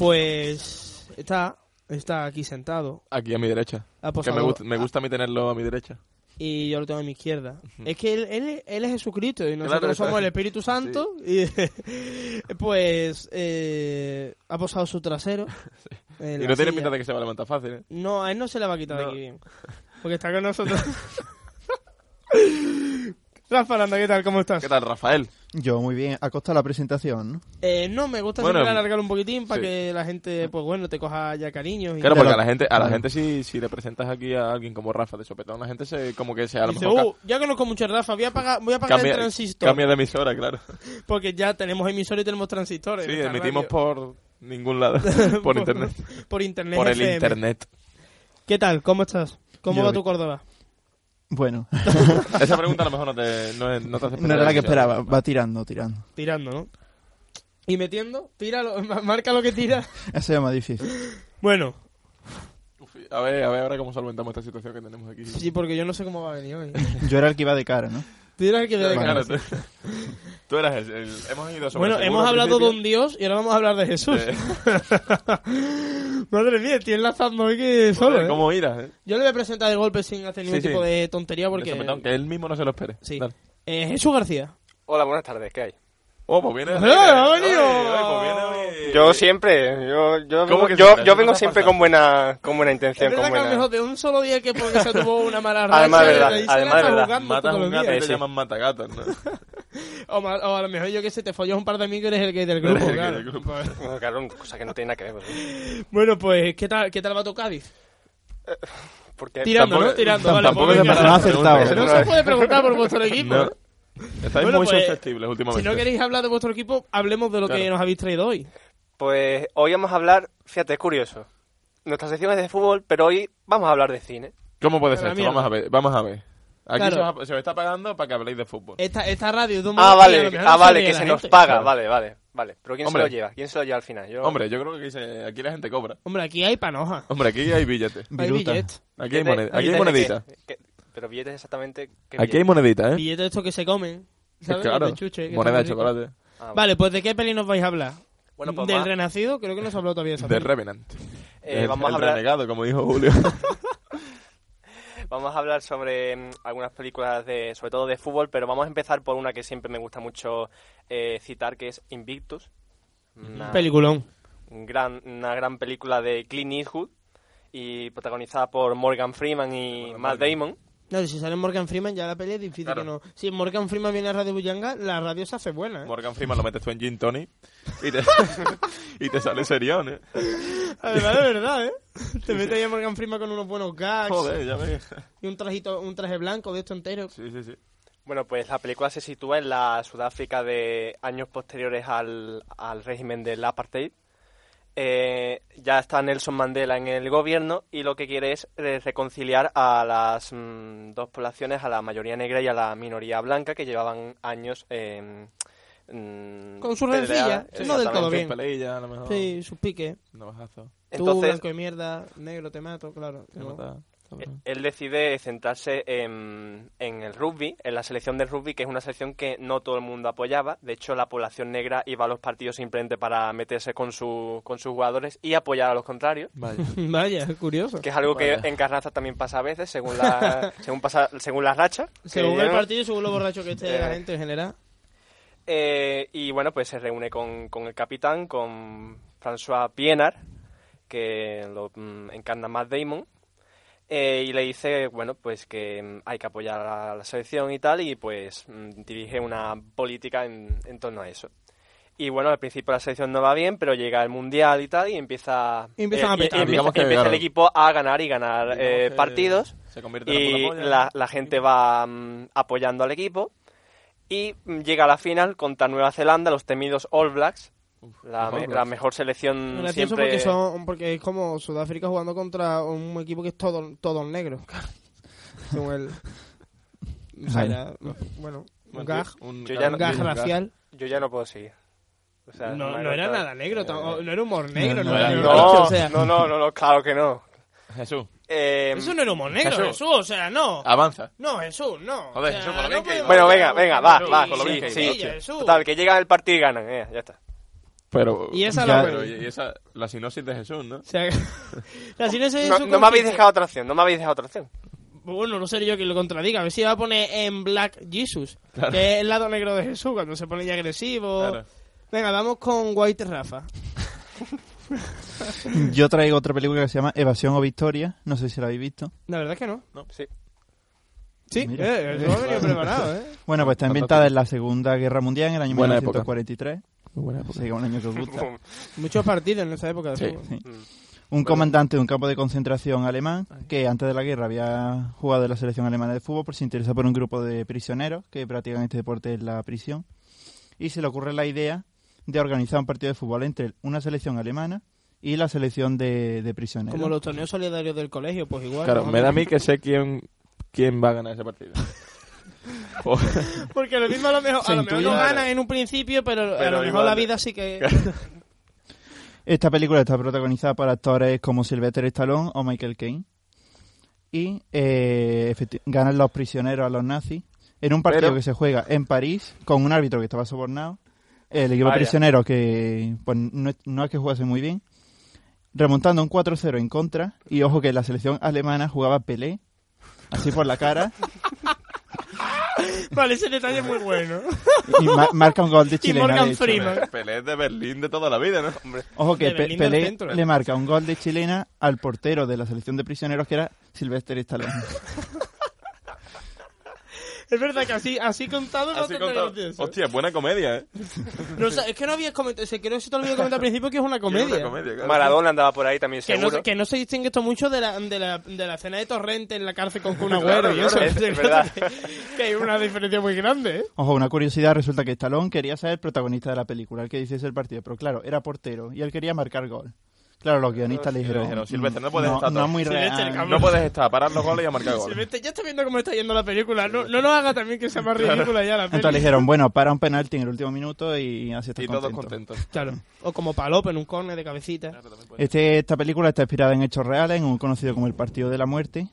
A: Pues está, está aquí sentado
B: Aquí a mi derecha.
A: Ha
B: que
A: posado-
B: me, gust- me gusta a mí tenerlo a mi derecha.
A: y yo lo tengo a mi izquierda. Es que él, él- él es Jesucristo y nosotros
B: Claro,
A: somos
B: claro.
A: el Espíritu Santo. Y (laughs) pues eh, ha posado
B: (laughs)
A: su trasero. en
B: y
A: la
B: no tiene
A: silla.
B: pinta de que se va a levantar fácil, ¿eh?
A: No, a él no se la va a quitar de
B: No.
A: aquí
B: (laughs)
A: bien. Porque está con nosotros. Rafa Aranda, ¿qué tal? ¿Cómo estás?
B: ¿Qué tal, Rafael?
M: Yo muy bien, a costa de la presentación. ¿no?
A: Eh, no, me gusta
B: Bueno,
A: siempre alargar un poquitín para
B: sí.
A: que la gente, pues bueno, te coja ya cariño. y-
B: Claro,
M: De
B: porque a
M: lo-
B: la gente, a la
M: Claro.
B: gente si, si le presentas aquí a alguien como Rafa de sopetón, la gente se, como que se a lo
A: Dice,
B: mejor ca-
A: "Uh, ya conozco mucho a Rafa, voy a pagar, voy a pagar el
B: cambia,
A: transistor.
B: cambia de emisora,
A: (laughs)
B: claro.
A: Porque ya tenemos emisores y tenemos transistores.
B: Sí,
A: en esta
B: emitimos
A: radio.
B: por ningún
A: (laughs)
B: lado, por internet.
A: por internet
B: Por el
A: FM.
B: internet.
A: ¿Qué tal? ¿Cómo estás? ¿Cómo
M: Yo
A: va
M: bien.
A: tu Córdoba?
M: Bueno,
B: (laughs) Esa pregunta a lo mejor no te, no, es- no te hace
M: no era la que
B: especial.
M: esperaba, va tirando, tirando.
A: Tirando, ¿no? Y metiendo, tíralo, (laughs) marca lo que tira.
M: Eso es más difícil.
A: Bueno,
B: A ver, a ver ahora cómo solventamos esta situación que tenemos aquí.
A: sí, porque yo no sé cómo va a venir hoy.
M: Yo era el que iba de cara, ¿no?
A: Tira el que te dé
B: Claro,
A: cara.
B: tú, tú eras el, el- (laughs) hemos ido sobre
A: Bueno,
B: seguro
A: hemos
B: al
A: hablado de
B: principio.
A: un Dios y ahora vamos a hablar de Jesús. (laughs)
B: Eh.
A: Madre mía, estoy enlazando hoy que solo. ¿eh?
B: ¿Cómo irás? Eh?
A: Yo le voy a presentar de golpe sin hacer ningún
B: Sí, sí.
A: tipo de tontería porque.
B: De sopetón, que él mismo no se lo espere.
A: Sí.
B: Dale.
A: Eh, Jesús García.
G: Hola, buenas tardes, ¿qué hay?
B: Oh, pues viene.
A: ¡Eh,
B: viene-
A: ha venido!
B: Ay, ay, pues viene hoy.
G: Yo siempre, yo, yo,
B: ¿Cómo
G: vengo,
B: que
G: yo,
B: siempre?
G: yo
B: ¿Qué
G: vengo
B: te ha
G: siempre
B: pasado?
G: con buena, con buena
A: Es
G: intención,
A: verdad
G: con
A: que a lo
G: buena...
A: mejor de un solo día que porque se tuvo una
B: (laughs)
A: mala racha.
G: Además, verdad,
A: ahí se
G: además,
A: gasta un
G: verdad.
A: gato
B: Matas a
A: todos
B: un
A: los
B: gato y
A: días.
B: te
G: Sí.
B: llaman matagatos, ¿no?
A: (laughs) O, ma- o a lo mejor yo que sé, te follas un par de amigos y eres el gay del grupo,
B: El que-
A: claro. Pues
B: el grupo.
G: (laughs) Bueno, claro, cosa que no tiene nada que ver. ¿verdad?
A: Bueno, pues, ¿qué tal, ¿qué tal va tu Cádiz?
G: Eh, Porque
A: Tirando, ¿no? Tirando, vale,
B: tampoco
A: pues
B: se
A: venga.
B: para la
M: No ha acertado.
B: pregunta,
A: No
B: ¿eh?
A: se puede preguntar
B: (laughs)
A: por vuestro equipo.
B: No.
A: ¿eh?
B: Estáis
A: Bueno,
B: muy
A: pues,
B: susceptibles últimamente.
A: Si no queréis hablar de vuestro equipo, hablemos de lo que
G: Claro.
A: nos habéis traído hoy.
G: Pues hoy vamos a hablar, fíjate, es curioso. Nuestra sección es de fútbol, pero hoy vamos a hablar de cine.
B: ¿Cómo puede ser
A: la
B: esto?
A: mierda.
B: Vamos a ver, vamos a ver. Aquí
A: Claro.
B: se, os, ha- se os está pagando para que habléis de fútbol.
A: Esta, esta radio es de un
G: Ah,
A: montón y a lo
G: vale,
A: mejor
G: ah,
A: no
G: vale,
A: ríe
G: que
A: la
G: se nos
A: gente.
G: paga,
B: Claro.
G: vale, vale, vale. Pero ¿quién
B: Hombre.
G: se lo lleva? ¿Quién se lo lleva al final? Yo...
B: Hombre, yo creo que aquí, se- aquí la gente cobra.
A: Hombre, aquí hay panoja.
B: Hombre, aquí hay billetes.
A: Hay
M: Viruta.
A: billetes.
B: Aquí hay,
G: ¿Qué te-
B: moned- aquí hay
G: billetes de qué?
B: moneditas.
G: ¿Qué- Pero billetes exactamente... ¿qué
B: Aquí hay
G: billetes?
B: moneditas, ¿eh? (laughs)
A: Billetes estos que se comen. ¿sabes?
B: claro,
A: Los de chuche, que
B: moneda de
A: están ricos.
B: chocolate.
G: Ah, vale.
A: Vale, pues ¿de qué peli nos vais a hablar?
G: Bueno, pues
A: ¿Del
G: va-
A: Renacido? Creo que no se ha hablado todavía de esa
B: De
A: peli.
B: Revenant.
G: Eh,
B: el,
G: vamos a
B: el
G: hablar-
B: renegado, como dijo Julio. (laughs)
G: Vamos a hablar sobre mm, algunas películas, de, sobre todo de fútbol, pero vamos a empezar por una que siempre me gusta mucho eh, citar, que es Invictus. Una,
A: Peliculón.
G: un gran, una gran película de Clint Eastwood y protagonizada por Morgan Freeman y Matt Damon.
A: No, si sale Morgan Freeman, ya la peli es difícil
B: Claro.
A: que no. Si Morgan Freeman viene a Radio Bullanga, la radio se hace buena, ¿eh?
B: Morgan Freeman lo metes tú en Gin Tony y te, (laughs) y te sale serión, ¿eh?
A: Además, de
G: (laughs)
A: verdad, ¿eh? Te metes ahí a Morgan Freeman con unos buenos gags.
B: Joder, ya ves.
A: Y un trajito, un traje blanco de esto entero.
B: Sí, sí, sí.
G: Bueno, pues la película se sitúa en la Sudáfrica de años posteriores al, al régimen del apartheid. Eh, ya está Nelson Mandela en el gobierno y lo que quiere es eh, reconciliar a las mm, dos poblaciones, a la mayoría negra y a la minoría blanca que llevaban años eh, mm,
A: Con sus
G: peleadas.
A: rencillas, no del todo
G: Exactamente.
A: bien. Sí, sus piques.
B: Navajazo.
A: Tú,
G: Entonces-
A: blanco de mierda, negro, te mato, claro. no.
G: Él decide centrarse en, en el rugby, en la selección del rugby, que es una selección que no todo el mundo apoyaba. De hecho, la población negra iba a los partidos simplemente para meterse con, su, con sus jugadores y apoyar a los contrarios.
A: (laughs) Vaya, es curioso.
G: Que es algo que
A: Vaya.
G: en Carranza también pasa a veces, según la, (laughs) según pasa, según la racha. que
A: Según el
G: llevan.
A: partido y según lo borracho que esté
G: (laughs)
A: la
G: Eh,
A: gente en general.
G: Eh, y bueno, pues se reúne con, con el capitán, con François Pienaar, que lo mm, encarna Matt Damon, eh, y le dice, bueno, pues que mm, hay que apoyar a la selección y tal, y pues mm, dirige una política en, en torno a eso. Y bueno, al principio la selección no va bien, pero llega el Mundial y tal, y empieza, eh,
A: Y empiezan a
G: y- y
A: petar.
G: empieza-
A: Digamos que,
G: empieza
A: claro.
G: el equipo a ganar y ganar
A: Digamos
G: eh,
A: que
G: partidos,
B: se convierte en la
G: y
B: pura polla, ¿no?
G: la, la gente va mm, apoyando al equipo, y mm, llega a la final contra Nueva Zelanda, los temidos All Blacks, la,
A: los
G: me-
A: All
G: la
A: Blacks.
G: mejor selección
A: Gracioso
G: siempre...
A: porque, son, porque es como Sudáfrica jugando contra un equipo que es todo, todo negro. (laughs) Según el... o sea, era- bueno, un gag, un
G: Yo ya no-
A: gag
G: yo-
A: racial.
G: Yo ya no puedo seguir. O sea,
A: No,
G: me
A: no era
G: gusta-
A: nada negro, tam- o- Eh, no era humor negro, no,
G: No,
A: era
G: no,
A: negro, o sea.
G: no, no, no, no, claro que no. Eh,
B: Jesús.
G: em,
A: Eso no era humor negro, Jesús, o sea, no.
B: Avanza.
A: No, Jesús, no.
B: Joder,
A: O sea,
B: Jesús, por lo bien
A: no
B: que iba.
A: podemos-
G: Bueno, venga, venga, va,
A: Jesús,
G: va.
B: por lo
G: sí,
B: bien que
G: sí.
B: iba, hostia.
A: Jesús.
G: Total, que llega el partido y ganan, eh, ya está.
B: Pero.
A: Y esa
B: ya-
A: la-
B: pero- y esa, la sinopsis de Jesús,
A: (laughs)
B: ¿no?
A: La silencio de
G: No,
A: su
G: no me habéis
A: consiste-
G: dejado otra opción, no me habéis dejado otra opción.
A: Bueno, no seré yo quien lo contradiga. A ver si va a poner en Black Jesus,
G: Claro.
A: que es el lado negro de Jesús, cuando se pone ya agresivo.
B: Claro.
A: Venga, vamos con White Rafa.
M: Yo traigo otra película que se llama Evasión o Victoria. No sé si la habéis visto.
A: La verdad es que no.
G: sí.
A: Sí,
M: Mira.
A: eh, yo he venido preparado, ¿eh?
M: Bueno, pues está
G: (laughs)
M: ambientada en la Segunda Guerra Mundial, en el año
B: Buena época.
M: 1943.
B: buena
M: Así que un año que os gusta.
B: (laughs)
A: Muchos partidos en esa época de fútbol.
B: Mm.
G: Mm.
M: Un comandante de un campo de concentración alemán que antes de la guerra había jugado en la selección alemana de fútbol, por se interesa por un grupo de prisioneros que practican este deporte en la prisión. Y se le ocurre la idea de organizar un partido de fútbol entre una selección alemana y la selección de, de prisioneros.
A: Como los torneos solidarios del colegio, pues igual.
B: Claro,
A: ¿no?
B: me da a mí que sé quién, quién va a (laughs) ganar ese partido. O-
A: Porque lo mismo a lo mejor,
M: Se
A: a lo mejor no
M: intuye.
A: ganan en un principio, pero, a
M: Pero
A: lo mejor
M: igual.
A: la vida
G: (laughs)
A: sí que.
M: Esta película está protagonizada por actores como Sylvester Stallone o Michael Caine. Y eh, efecti- ganan los prisioneros a los nazis en un partido
B: Pero-
M: que se juega en París con un árbitro que estaba sobornado. El equipo
B: Vaya.
M: prisionero que pues, no, es- no es que jugase muy bien. Remontando un 4-0 en contra. Y ojo que la selección alemana jugaba Pelé. Así por la cara.
A: vale, ese detalle es muy bueno.
M: y ma- marca un
A: (laughs)
M: gol de chilena. de hecho.
B: Pelé es de Berlín de toda la vida, ¿no? Hombre.
M: Ojo
B: (laughs)
M: que Pe-
B: del
M: Pelé
B: centro. ¿eh?
M: le marca un gol de chilena al portero de la selección de prisioneros que era Sylvester Stallone.
A: Es verdad que así, así contado es bastante gracioso.
B: Hostia, buena comedia, ¿eh?
A: No, o sea, es que no habías comentado. se- Creo que se te olvidó comentar
G: (laughs)
A: al principio que
B: (laughs)
A: es una comedia.
G: Maradona andaba por ahí también,
A: Que
G: seguro.
A: no, que no se distingue esto mucho de la, de la, de la cena de Torrente en la
G: (laughs)
A: cárcel con Kun
G: Claro,
A: Agüero y
G: claro,
A: (laughs) eso.
G: es verdad.
A: Que, que hay una diferencia muy grande, ¿eh?
M: Ojo, una curiosidad, resulta que Stallone quería ser el protagonista de la película, el que hiciese el partido, pero claro, era portero y él quería marcar gol. Claro, los guionistas le dijeron,
B: Dijeron, Silvestre, no
M: "Mm,
B: puedes estar.
M: no es muy
A: Silvestre,
M: real".
A: cabrón.
B: este, No puedes estar, a parar los goles y a marcar goles.
A: Silvestre, ya está viendo cómo está yendo la película. No, no nos haga también que
B: (laughs)
A: sea más ridícula ya
M: Entonces
A: la
M: le
A: película.
M: dijeron, bueno, para un penalti en el último minuto y así está
B: Y todos contentos.
A: Claro. O como Palop en un corner de cabecita.
M: Este, esta película está inspirada en hechos reales, en un conocido como el Partido de la Muerte,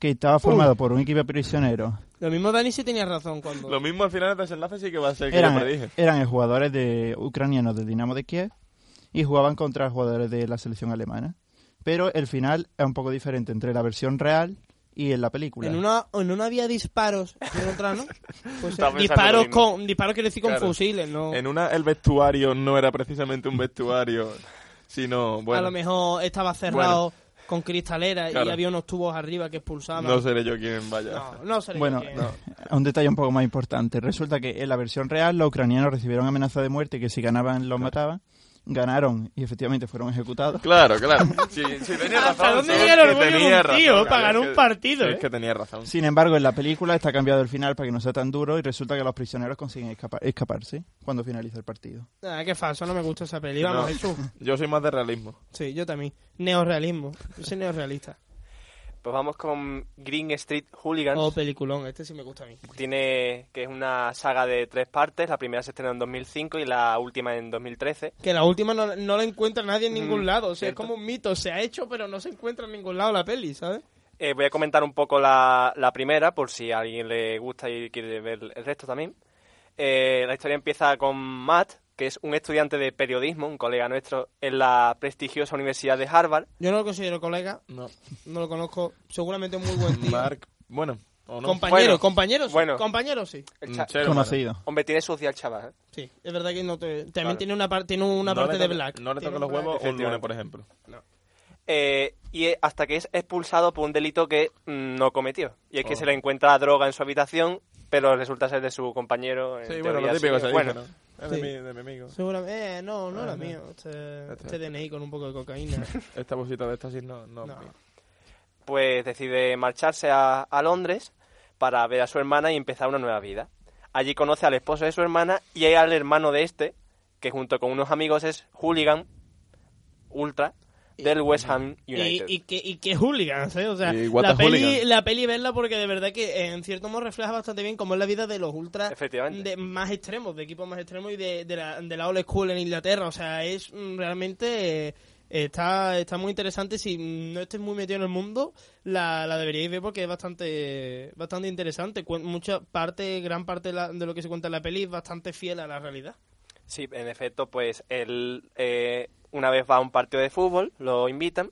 M: que estaba formado por un equipo de prisioneros
A: Lo mismo Dani sí tenía razón cuando.
B: Lo mismo al final del desenlace sí que va a ser que yo
M: eran,
B: predije.
M: eran jugadores de ucranianos del Dinamo de Kiev y jugaban contra jugadores de la selección alemana. Pero el final es un poco diferente entre la versión real y en la película.
A: En una, en una había disparos y en otra no. Pues,
B: Estaba
A: eh,
B: pensando
A: disparos
B: lo mismo.
A: con disparos quiere decir con
B: Claro. Eh,
A: fusiles, no.
B: En una, el vestuario no era precisamente un vestuario, sino, bueno.
A: A lo mejor estaba cerrado. con cristalera y
B: Claro.
A: había unos tubos arriba que expulsaban.
B: No seré yo quien vaya.
A: No, no seré yo
M: Bueno,
A: quien-
M: (laughs) un detalle un poco más importante. Resulta que en la versión real los ucranianos recibieron amenaza de muerte que si ganaban los mataban. Ganaron y efectivamente fueron ejecutados.
B: Claro, claro. Sí, sí,
A: (laughs)
B: tenía razón.
A: ¿Hasta dónde
B: sí,
A: llega el
B: es que
A: orgullo de
B: tenía
A: un tío
B: razón, claro,
A: para ganar
B: es
A: un
B: que-
A: partido,
B: Es
A: eh?
B: que tenía razón.
M: Sin embargo, en la película está cambiado el final para que no sea tan duro y resulta que los prisioneros consiguen escapa- escaparse cuando finaliza el partido.
A: Ah, qué falso, no me gusta esa peli. Vamos,
B: No,
A: Jesús.
B: Yo soy más de realismo.
A: Sí, yo también. Neorrealismo. Yo soy neorrealista.
G: Pues vamos con Green Street Hooligans.
A: Oh, peliculón. Este sí me gusta a mí.
G: Tiene que es una saga de tres partes. La primera se estrenó en 2005 y la última en 2013.
A: Que la última no, no la encuentra nadie en ningún
G: Mm,
A: lado. O sea, es como un mito. Se ha hecho, pero no se encuentra en ningún lado la peli, ¿sabes?
G: Eh, voy a comentar un poco la, la primera, por si a alguien le gusta y quiere ver el resto también. Eh, la historia empieza con Matt, que es un estudiante de periodismo, un colega nuestro, en la prestigiosa Universidad de Harvard.
A: Yo no lo considero colega. No. No lo conozco. Seguramente muy buen tío.
B: bueno, o no.
A: Compañero,
G: Bueno,
A: compañero sí.
G: bueno.
A: Compañero sí.
G: El cha-
B: Chero, Conocido. bueno.
G: Hombre, tiene sucia el chaval. ¿eh?
A: Sí, es verdad que no te- también
G: Claro.
A: tiene una, par- tiene una
G: No le
A: parte de
G: toca-
A: Black.
B: No le
A: Tiene
B: toco los
A: una-
B: huevos un lunes,
G: Efectivamente.
B: por ejemplo.
G: Eh, y eh, hasta que es expulsado por un delito que mm, no cometió. Y es que
B: Oh.
G: se le encuentra droga en su habitación, pero resulta ser de su compañero. en
B: Sí, bueno,
G: teoría,
B: lo típico
G: sí,
B: se dice,
G: bueno.
B: ¿no? Es de mi- de mi amigo.
A: Seguramente. Eh, no, no
B: Ah,
A: era
B: no.
A: mío. Este,
B: Este-
A: este DNI con un poco
B: (laughs)
A: de cocaína.
B: Esta bolsita pues, de éxtasis no, no, es mía.
G: pues decide marcharse a, a Londres para ver a su hermana y empezar una nueva vida. Allí conoce al esposo de su hermana y al hermano de este, que junto con unos amigos es hooligan ultra del West Ham
A: Y,
G: United.
A: y que, y que hooligans, ¿eh? O sea,
G: Y what
A: la
G: a
A: peli,
G: hooligan.
A: la peli verla porque de verdad que en cierto modo refleja bastante bien cómo es la vida de los ultras
G: Efectivamente.
A: de más extremos, de equipos más extremos y de, de la, de la old school en Inglaterra. O sea, es mm, realmente... eh, Está, está muy interesante, si no estés muy metido en el mundo, la, la deberíais ver porque es bastante bastante interesante. Cuen- Mucha parte, gran parte de, la- de lo que se cuenta en la peli es bastante fiel a la realidad.
G: Sí, en efecto, pues él eh, una vez va a un partido de fútbol, lo invitan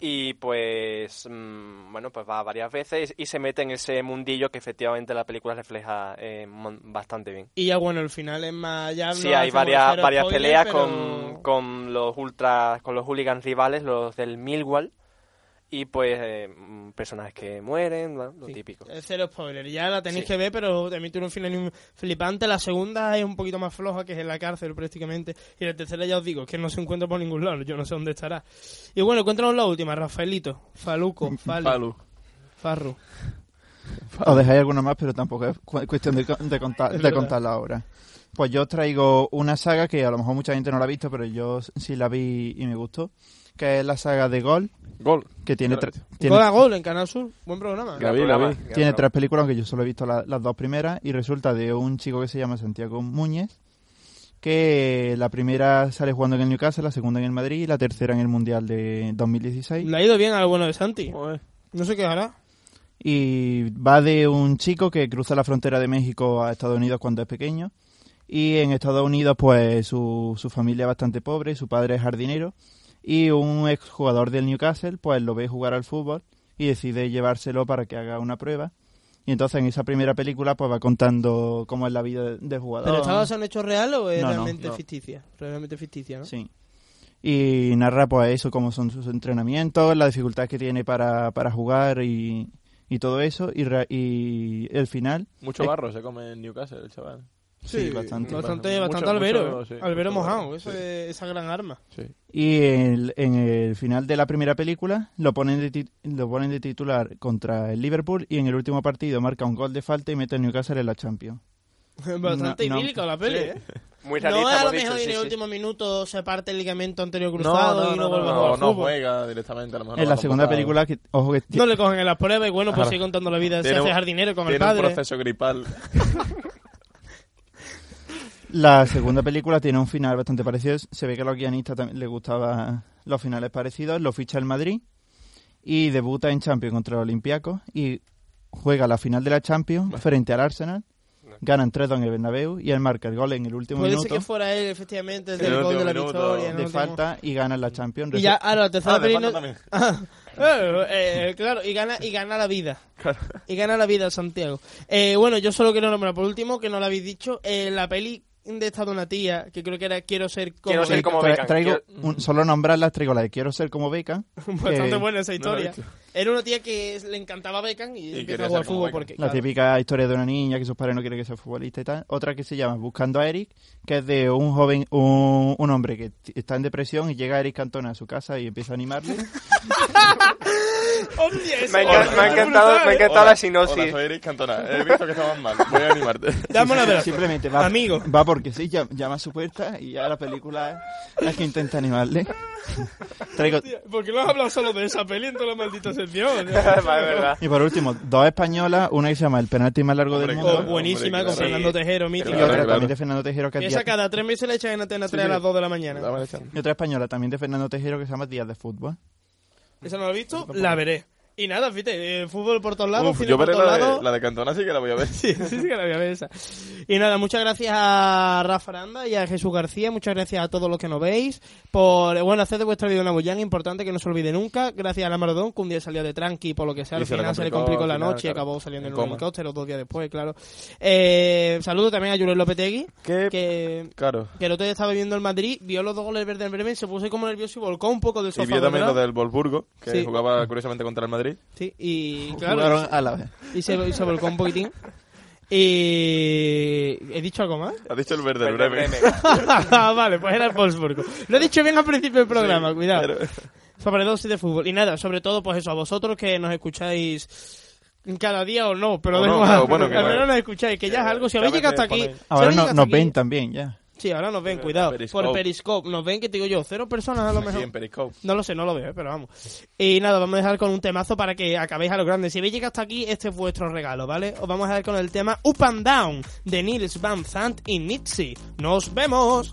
G: y pues mm, bueno, pues va varias veces y se mete en ese mundillo que efectivamente la película refleja eh, mon- bastante bien.
A: Y ya bueno, el final es más... Ya
G: Sí,
A: no
G: hay
A: hacemos
G: varias,
A: cero
G: varias
A: spoiler,
G: peleas
A: pero-
G: con, con los ultras, con los hooligans rivales, los del Millwall, y pues eh, mm, personajes que mueren, bueno, lo típico.
A: Eh, Cero spoiler, ya la tenéis
G: Sí.
A: que ver, pero también tiene un final flipante. La segunda es un poquito más floja, que es en la cárcel prácticamente. Y la tercera ya os digo, que no se encuentra por ningún lado, yo no sé dónde estará. Y bueno, cuéntanos la última, Rafaelito,
B: (laughs)
A: Faluco, Fali,
B: Falu.
A: Farru.
M: (laughs) Os dejáis alguna más, pero tampoco es cu- cuestión de, co- de, contar,
A: Es
M: de
A: verdad.
M: contarla ahora. Pues yo os traigo una saga que a lo mejor mucha gente no la ha visto, pero yo s- sí la vi y me gustó, que es la saga de Gol.
B: Gol.
M: Que tiene, tre- tiene,
A: Gol a gol en Canal Sur, buen programa.
B: La vi, la vi.
M: tiene tres películas, aunque yo solo he visto la- las dos primeras, y resulta de un chico que se llama Santiago Muñez, que la primera sale jugando en el Newcastle, la segunda en el Madrid y la tercera en el Mundial de 2016.
A: Le ha ido bien al bueno de Santi. No sé qué hará.
M: y va de un chico que cruza la frontera de México a Estados Unidos cuando es pequeño. Y en Estados Unidos, pues su, su familia es bastante pobre, su padre es jardinero. Y un exjugador del Newcastle, pues lo ve jugar al fútbol y decide llevárselo para que haga una prueba. Y entonces en esa primera película, pues va contando cómo es la vida de- del jugador.
B: Oh.
A: ¿Pero estaba en hecho real o es
M: No, no,
A: realmente
M: no.
A: ficticia? Realmente ficticia, ¿no?
M: Sí. y narra pues eso, cómo son sus entrenamientos, la dificultad que tiene para, para jugar y, y todo eso. Y, ra- y el final.
A: Eh.
B: Mucho
M: es-
B: barro se come en Newcastle, el chaval.
M: Sí, Sí, bastante.
A: Bastante,
B: Mucho-
A: bastante
B: mucho
A: albero,
B: barro,
A: ¿eh?
B: sí,
A: albero
B: mucho barro,
A: mojado, eso es- esa gran arma.
M: Y el- en el final de la primera película lo ponen, de ti- lo ponen de titular contra el Liverpool y en el último partido marca un gol de falta y mete al Newcastle en la Champions.
A: (laughs) Bastante
M: No, no.
A: idílica la peli,
G: Sí.
A: ¿eh?
G: Muy
A: No
G: realista,
A: es a lo
G: hemos
A: mejor
G: dicho,
A: en
G: sí,
A: el
G: sí.
A: último minuto se parte el ligamento anterior
B: No,
A: cruzado
B: no,
A: y no,
B: no,
A: vuelve a
B: no,
A: jugar
B: no
A: fútbol.
B: juega directamente. A lo mejor
M: en
B: no
M: la
B: lo
M: segunda
B: han
M: película, que, ojo que
A: No le cogen en las pruebas y bueno, pues
M: Ahora.
A: sigue contando la vida, se
B: Tiene
A: hace
B: un-
A: jardinero con el
B: tiene
A: padre.
B: un proceso
A: (laughs)
B: gripal.
M: La segunda película tiene un final bastante parecido. Se ve que a los guionistas también les gustaban los finales parecidos. Lo ficha el Madrid y debuta en Champions contra el Olympiacos y juega la final de la Champions frente al Arsenal. Ganan 3-2 en el Bernabéu y él marca el gol en el último
A: Puede ser
M: minuto
A: que fuera él, efectivamente, el
M: En
A: del
M: el
A: gol de
M: último
A: la
M: minuto. Ah,
A: victoria. ¿no?
M: de falta y gana la Champions.
A: Y ya,
M: Resu-
A: a la tercera peli no- (laughs) Ah, eh, eh, claro, y gana, y gana la vida. Y gana la vida Santiago. Eh, bueno, yo solo quiero nombrar por último, que no lo habéis dicho, eh, la peli de esta donatía, que creo que era Quiero ser como...
G: Quiero ser como
M: Tra-
G: Beckham.
M: traigo
G: Quiero-
M: un- solo nombrarlas, traigo la de quiero ser como Beckham.
A: (laughs)
M: eh,
A: Bastante
M: que-
A: buena esa historia. era una tía que le encantaba Beckham y, empezó
M: quería
A: a jugar
M: ser como
A: fútbol
M: Beckham.
A: porque...
M: La
A: claro.
M: típica historia de una niña que sus padres no quieren que sea futbolista y tal. Otra que se llama Buscando a Eric, que es de un joven, un, un hombre que t- está en depresión y llega Eric Cantona a su casa y empieza a animarle.
G: Me ha encan- me ha encantado, me ha encantado
B: Hola,
G: la sinopsis.
B: hola, soy Eric Cantona. He visto que estabas mal. (laughs) Voy a
A: (laughs)
B: animarte.
M: Simplemente va, Amigo. va porque sí, llam- llama a su puerta y ya la película es la que intenta animarle.
A: (laughs)
M: Traigo,
A: Hostia, ¿Por qué no has hablado solo de esa peli en toda la
B: (laughs)
A: maldita sección?
M: y por último, dos españolas, una que se llama El penalti más largo del mundo.
A: Oh, buenísima con Fernando Tejero, mítica.
M: Y otra también de Fernando Tejero que es
A: Que
M: Día-
A: esa cada tres meses la echan en Antena
M: Sí,
A: 3
M: sí.
A: a las 2 de la mañana.
M: Y otra española también de Fernando Tejero que se llama Días de Fútbol.
A: Esa no la he visto, la veré. Y nada, fíjate, eh, fútbol por todos lados,
B: Uf,
A: cine
B: yo
A: por
B: veré
A: todos
B: la
A: lados.
B: de, la de Cantona, sí que la voy a ver. (laughs)
A: Sí, sí, sí que la voy a ver esa. Y nada, muchas gracias a Rafa Aranda y a Jesús García, muchas gracias a todos los que nos veis por, eh, bueno, hacer de vuestra vida una bollana importante que no se olvide nunca. Gracias a la Maradón, que un día salió de tranqui, por lo que sea,
B: Y
A: al
B: se le
A: final se le
B: complicó,
A: complicó
B: al
A: la
B: final,
A: noche y
B: claro,
A: acabó saliendo
B: en
A: en un
B: coma.
A: helicóptero dos días después, claro. Eh, saludo también a Julen Lopetegui, que,
B: Claro.
A: que el otro día estaba viendo el Madrid, vio los dos goles verdes en Bremen, se puso como nervioso y volcó un poco del sofá.
B: Y vio también
A: ¿verdad?
B: lo del Wolfsburgo, que
A: Sí.
B: jugaba curiosamente contra el Madrid.
A: Sí,
M: (laughs)
A: y claro.
B: Jugaron
A: y-
B: a la vez.
A: Y se, y se volcó un poquitín. Y. ¿He dicho algo más?
B: Ha dicho el verde, el
A: Verde
B: Bremen. (laughs)
A: (laughs) Ah, vale, pues era el Wolfsburgo. Lo he dicho bien al principio del programa, cuidado. Sobre dosis de fútbol. Y nada, sobre todo, pues eso, a vosotros que nos escucháis cada día o no, pero
M: O
A: de
M: no, Eh,
A: igual.
M: pero bueno, que
A: (laughs) al menos
M: bueno.
A: nos escucháis, que ya es algo. Si habéis llegado hasta aquí. si
M: Ahora
A: habéis
M: no-
A: llegado
M: nos
A: hasta aquí-
M: ven también, ya.
A: Sí, ahora nos ven, cuidado.
M: Eh, Periscope.
A: Por Periscope. Nos ven, que te digo yo, cero personas a lo mejor.
B: en Periscope.
A: No lo sé, no lo veo, eh, pero vamos. Y nada, vamos a dejar con un temazo para que acabéis a lo grande. Si habéis llegado hasta aquí, este es vuestro regalo, ¿vale? Os vamos a dejar con el tema Up and Down de Nils Van Zandt y Nitsi. ¡Nos vemos!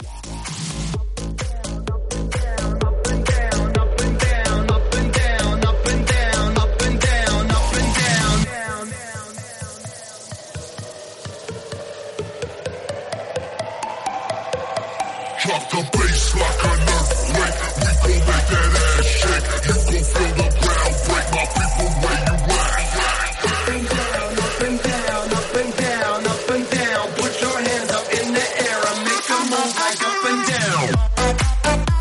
K: Drop the bass like an earthquake. We gon' make that ass shake. You gon' feel the ground break. My people, where you at? Up and down, up and down, up and down, up and down. Put your hands up in the air and make a move like up and down.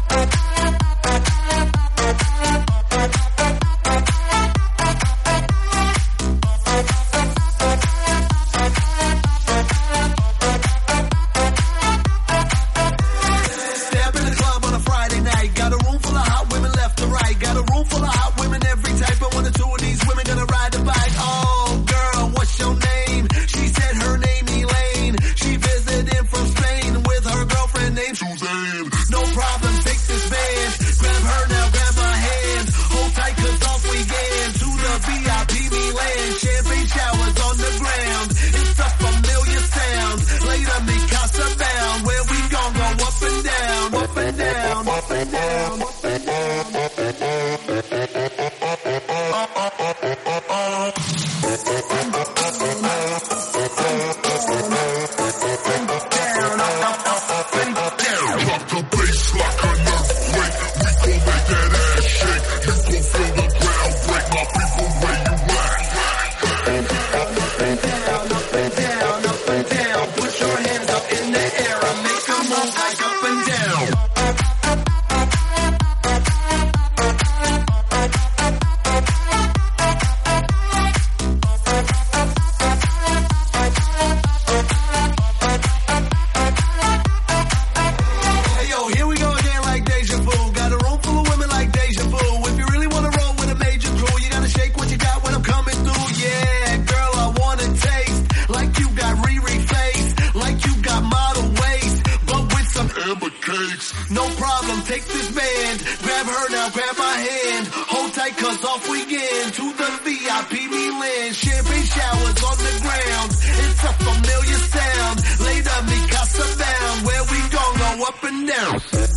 K: Step in the club on a Friday night. Got a room full of hot women left to right. Got a room full of hot women every type. But one or two of these women gonna ride the bike. Oh, girl, what's your name? She said her name Elaine. She visited from Spain with her girlfriend named Suzanne. No problem, take this van. Grab her now, grab her hands. Hold tight, cause off we get to the VIP Milan. Champagne showers on the ground. It's a familiar sound. Later, Mikasa bound. Where we gon' go up and down, up and down, up and down, up and down. Hey yo, here we go again like deja vu. Got a room full of women like deja vu. If you really wanna roll with a major crew, you gotta shake what you got when I'm coming through. Yeah, girl, I wanna taste like you got Riri face, like you got model waist, but with some amber cakes. No problem, take this band, grab her now, grab my hand, hold tight 'cause off we get to the VIP Milan. Champagne showers on the ground, it's a familiar sound. Later, Mikasa bound, where we gon' go up and down.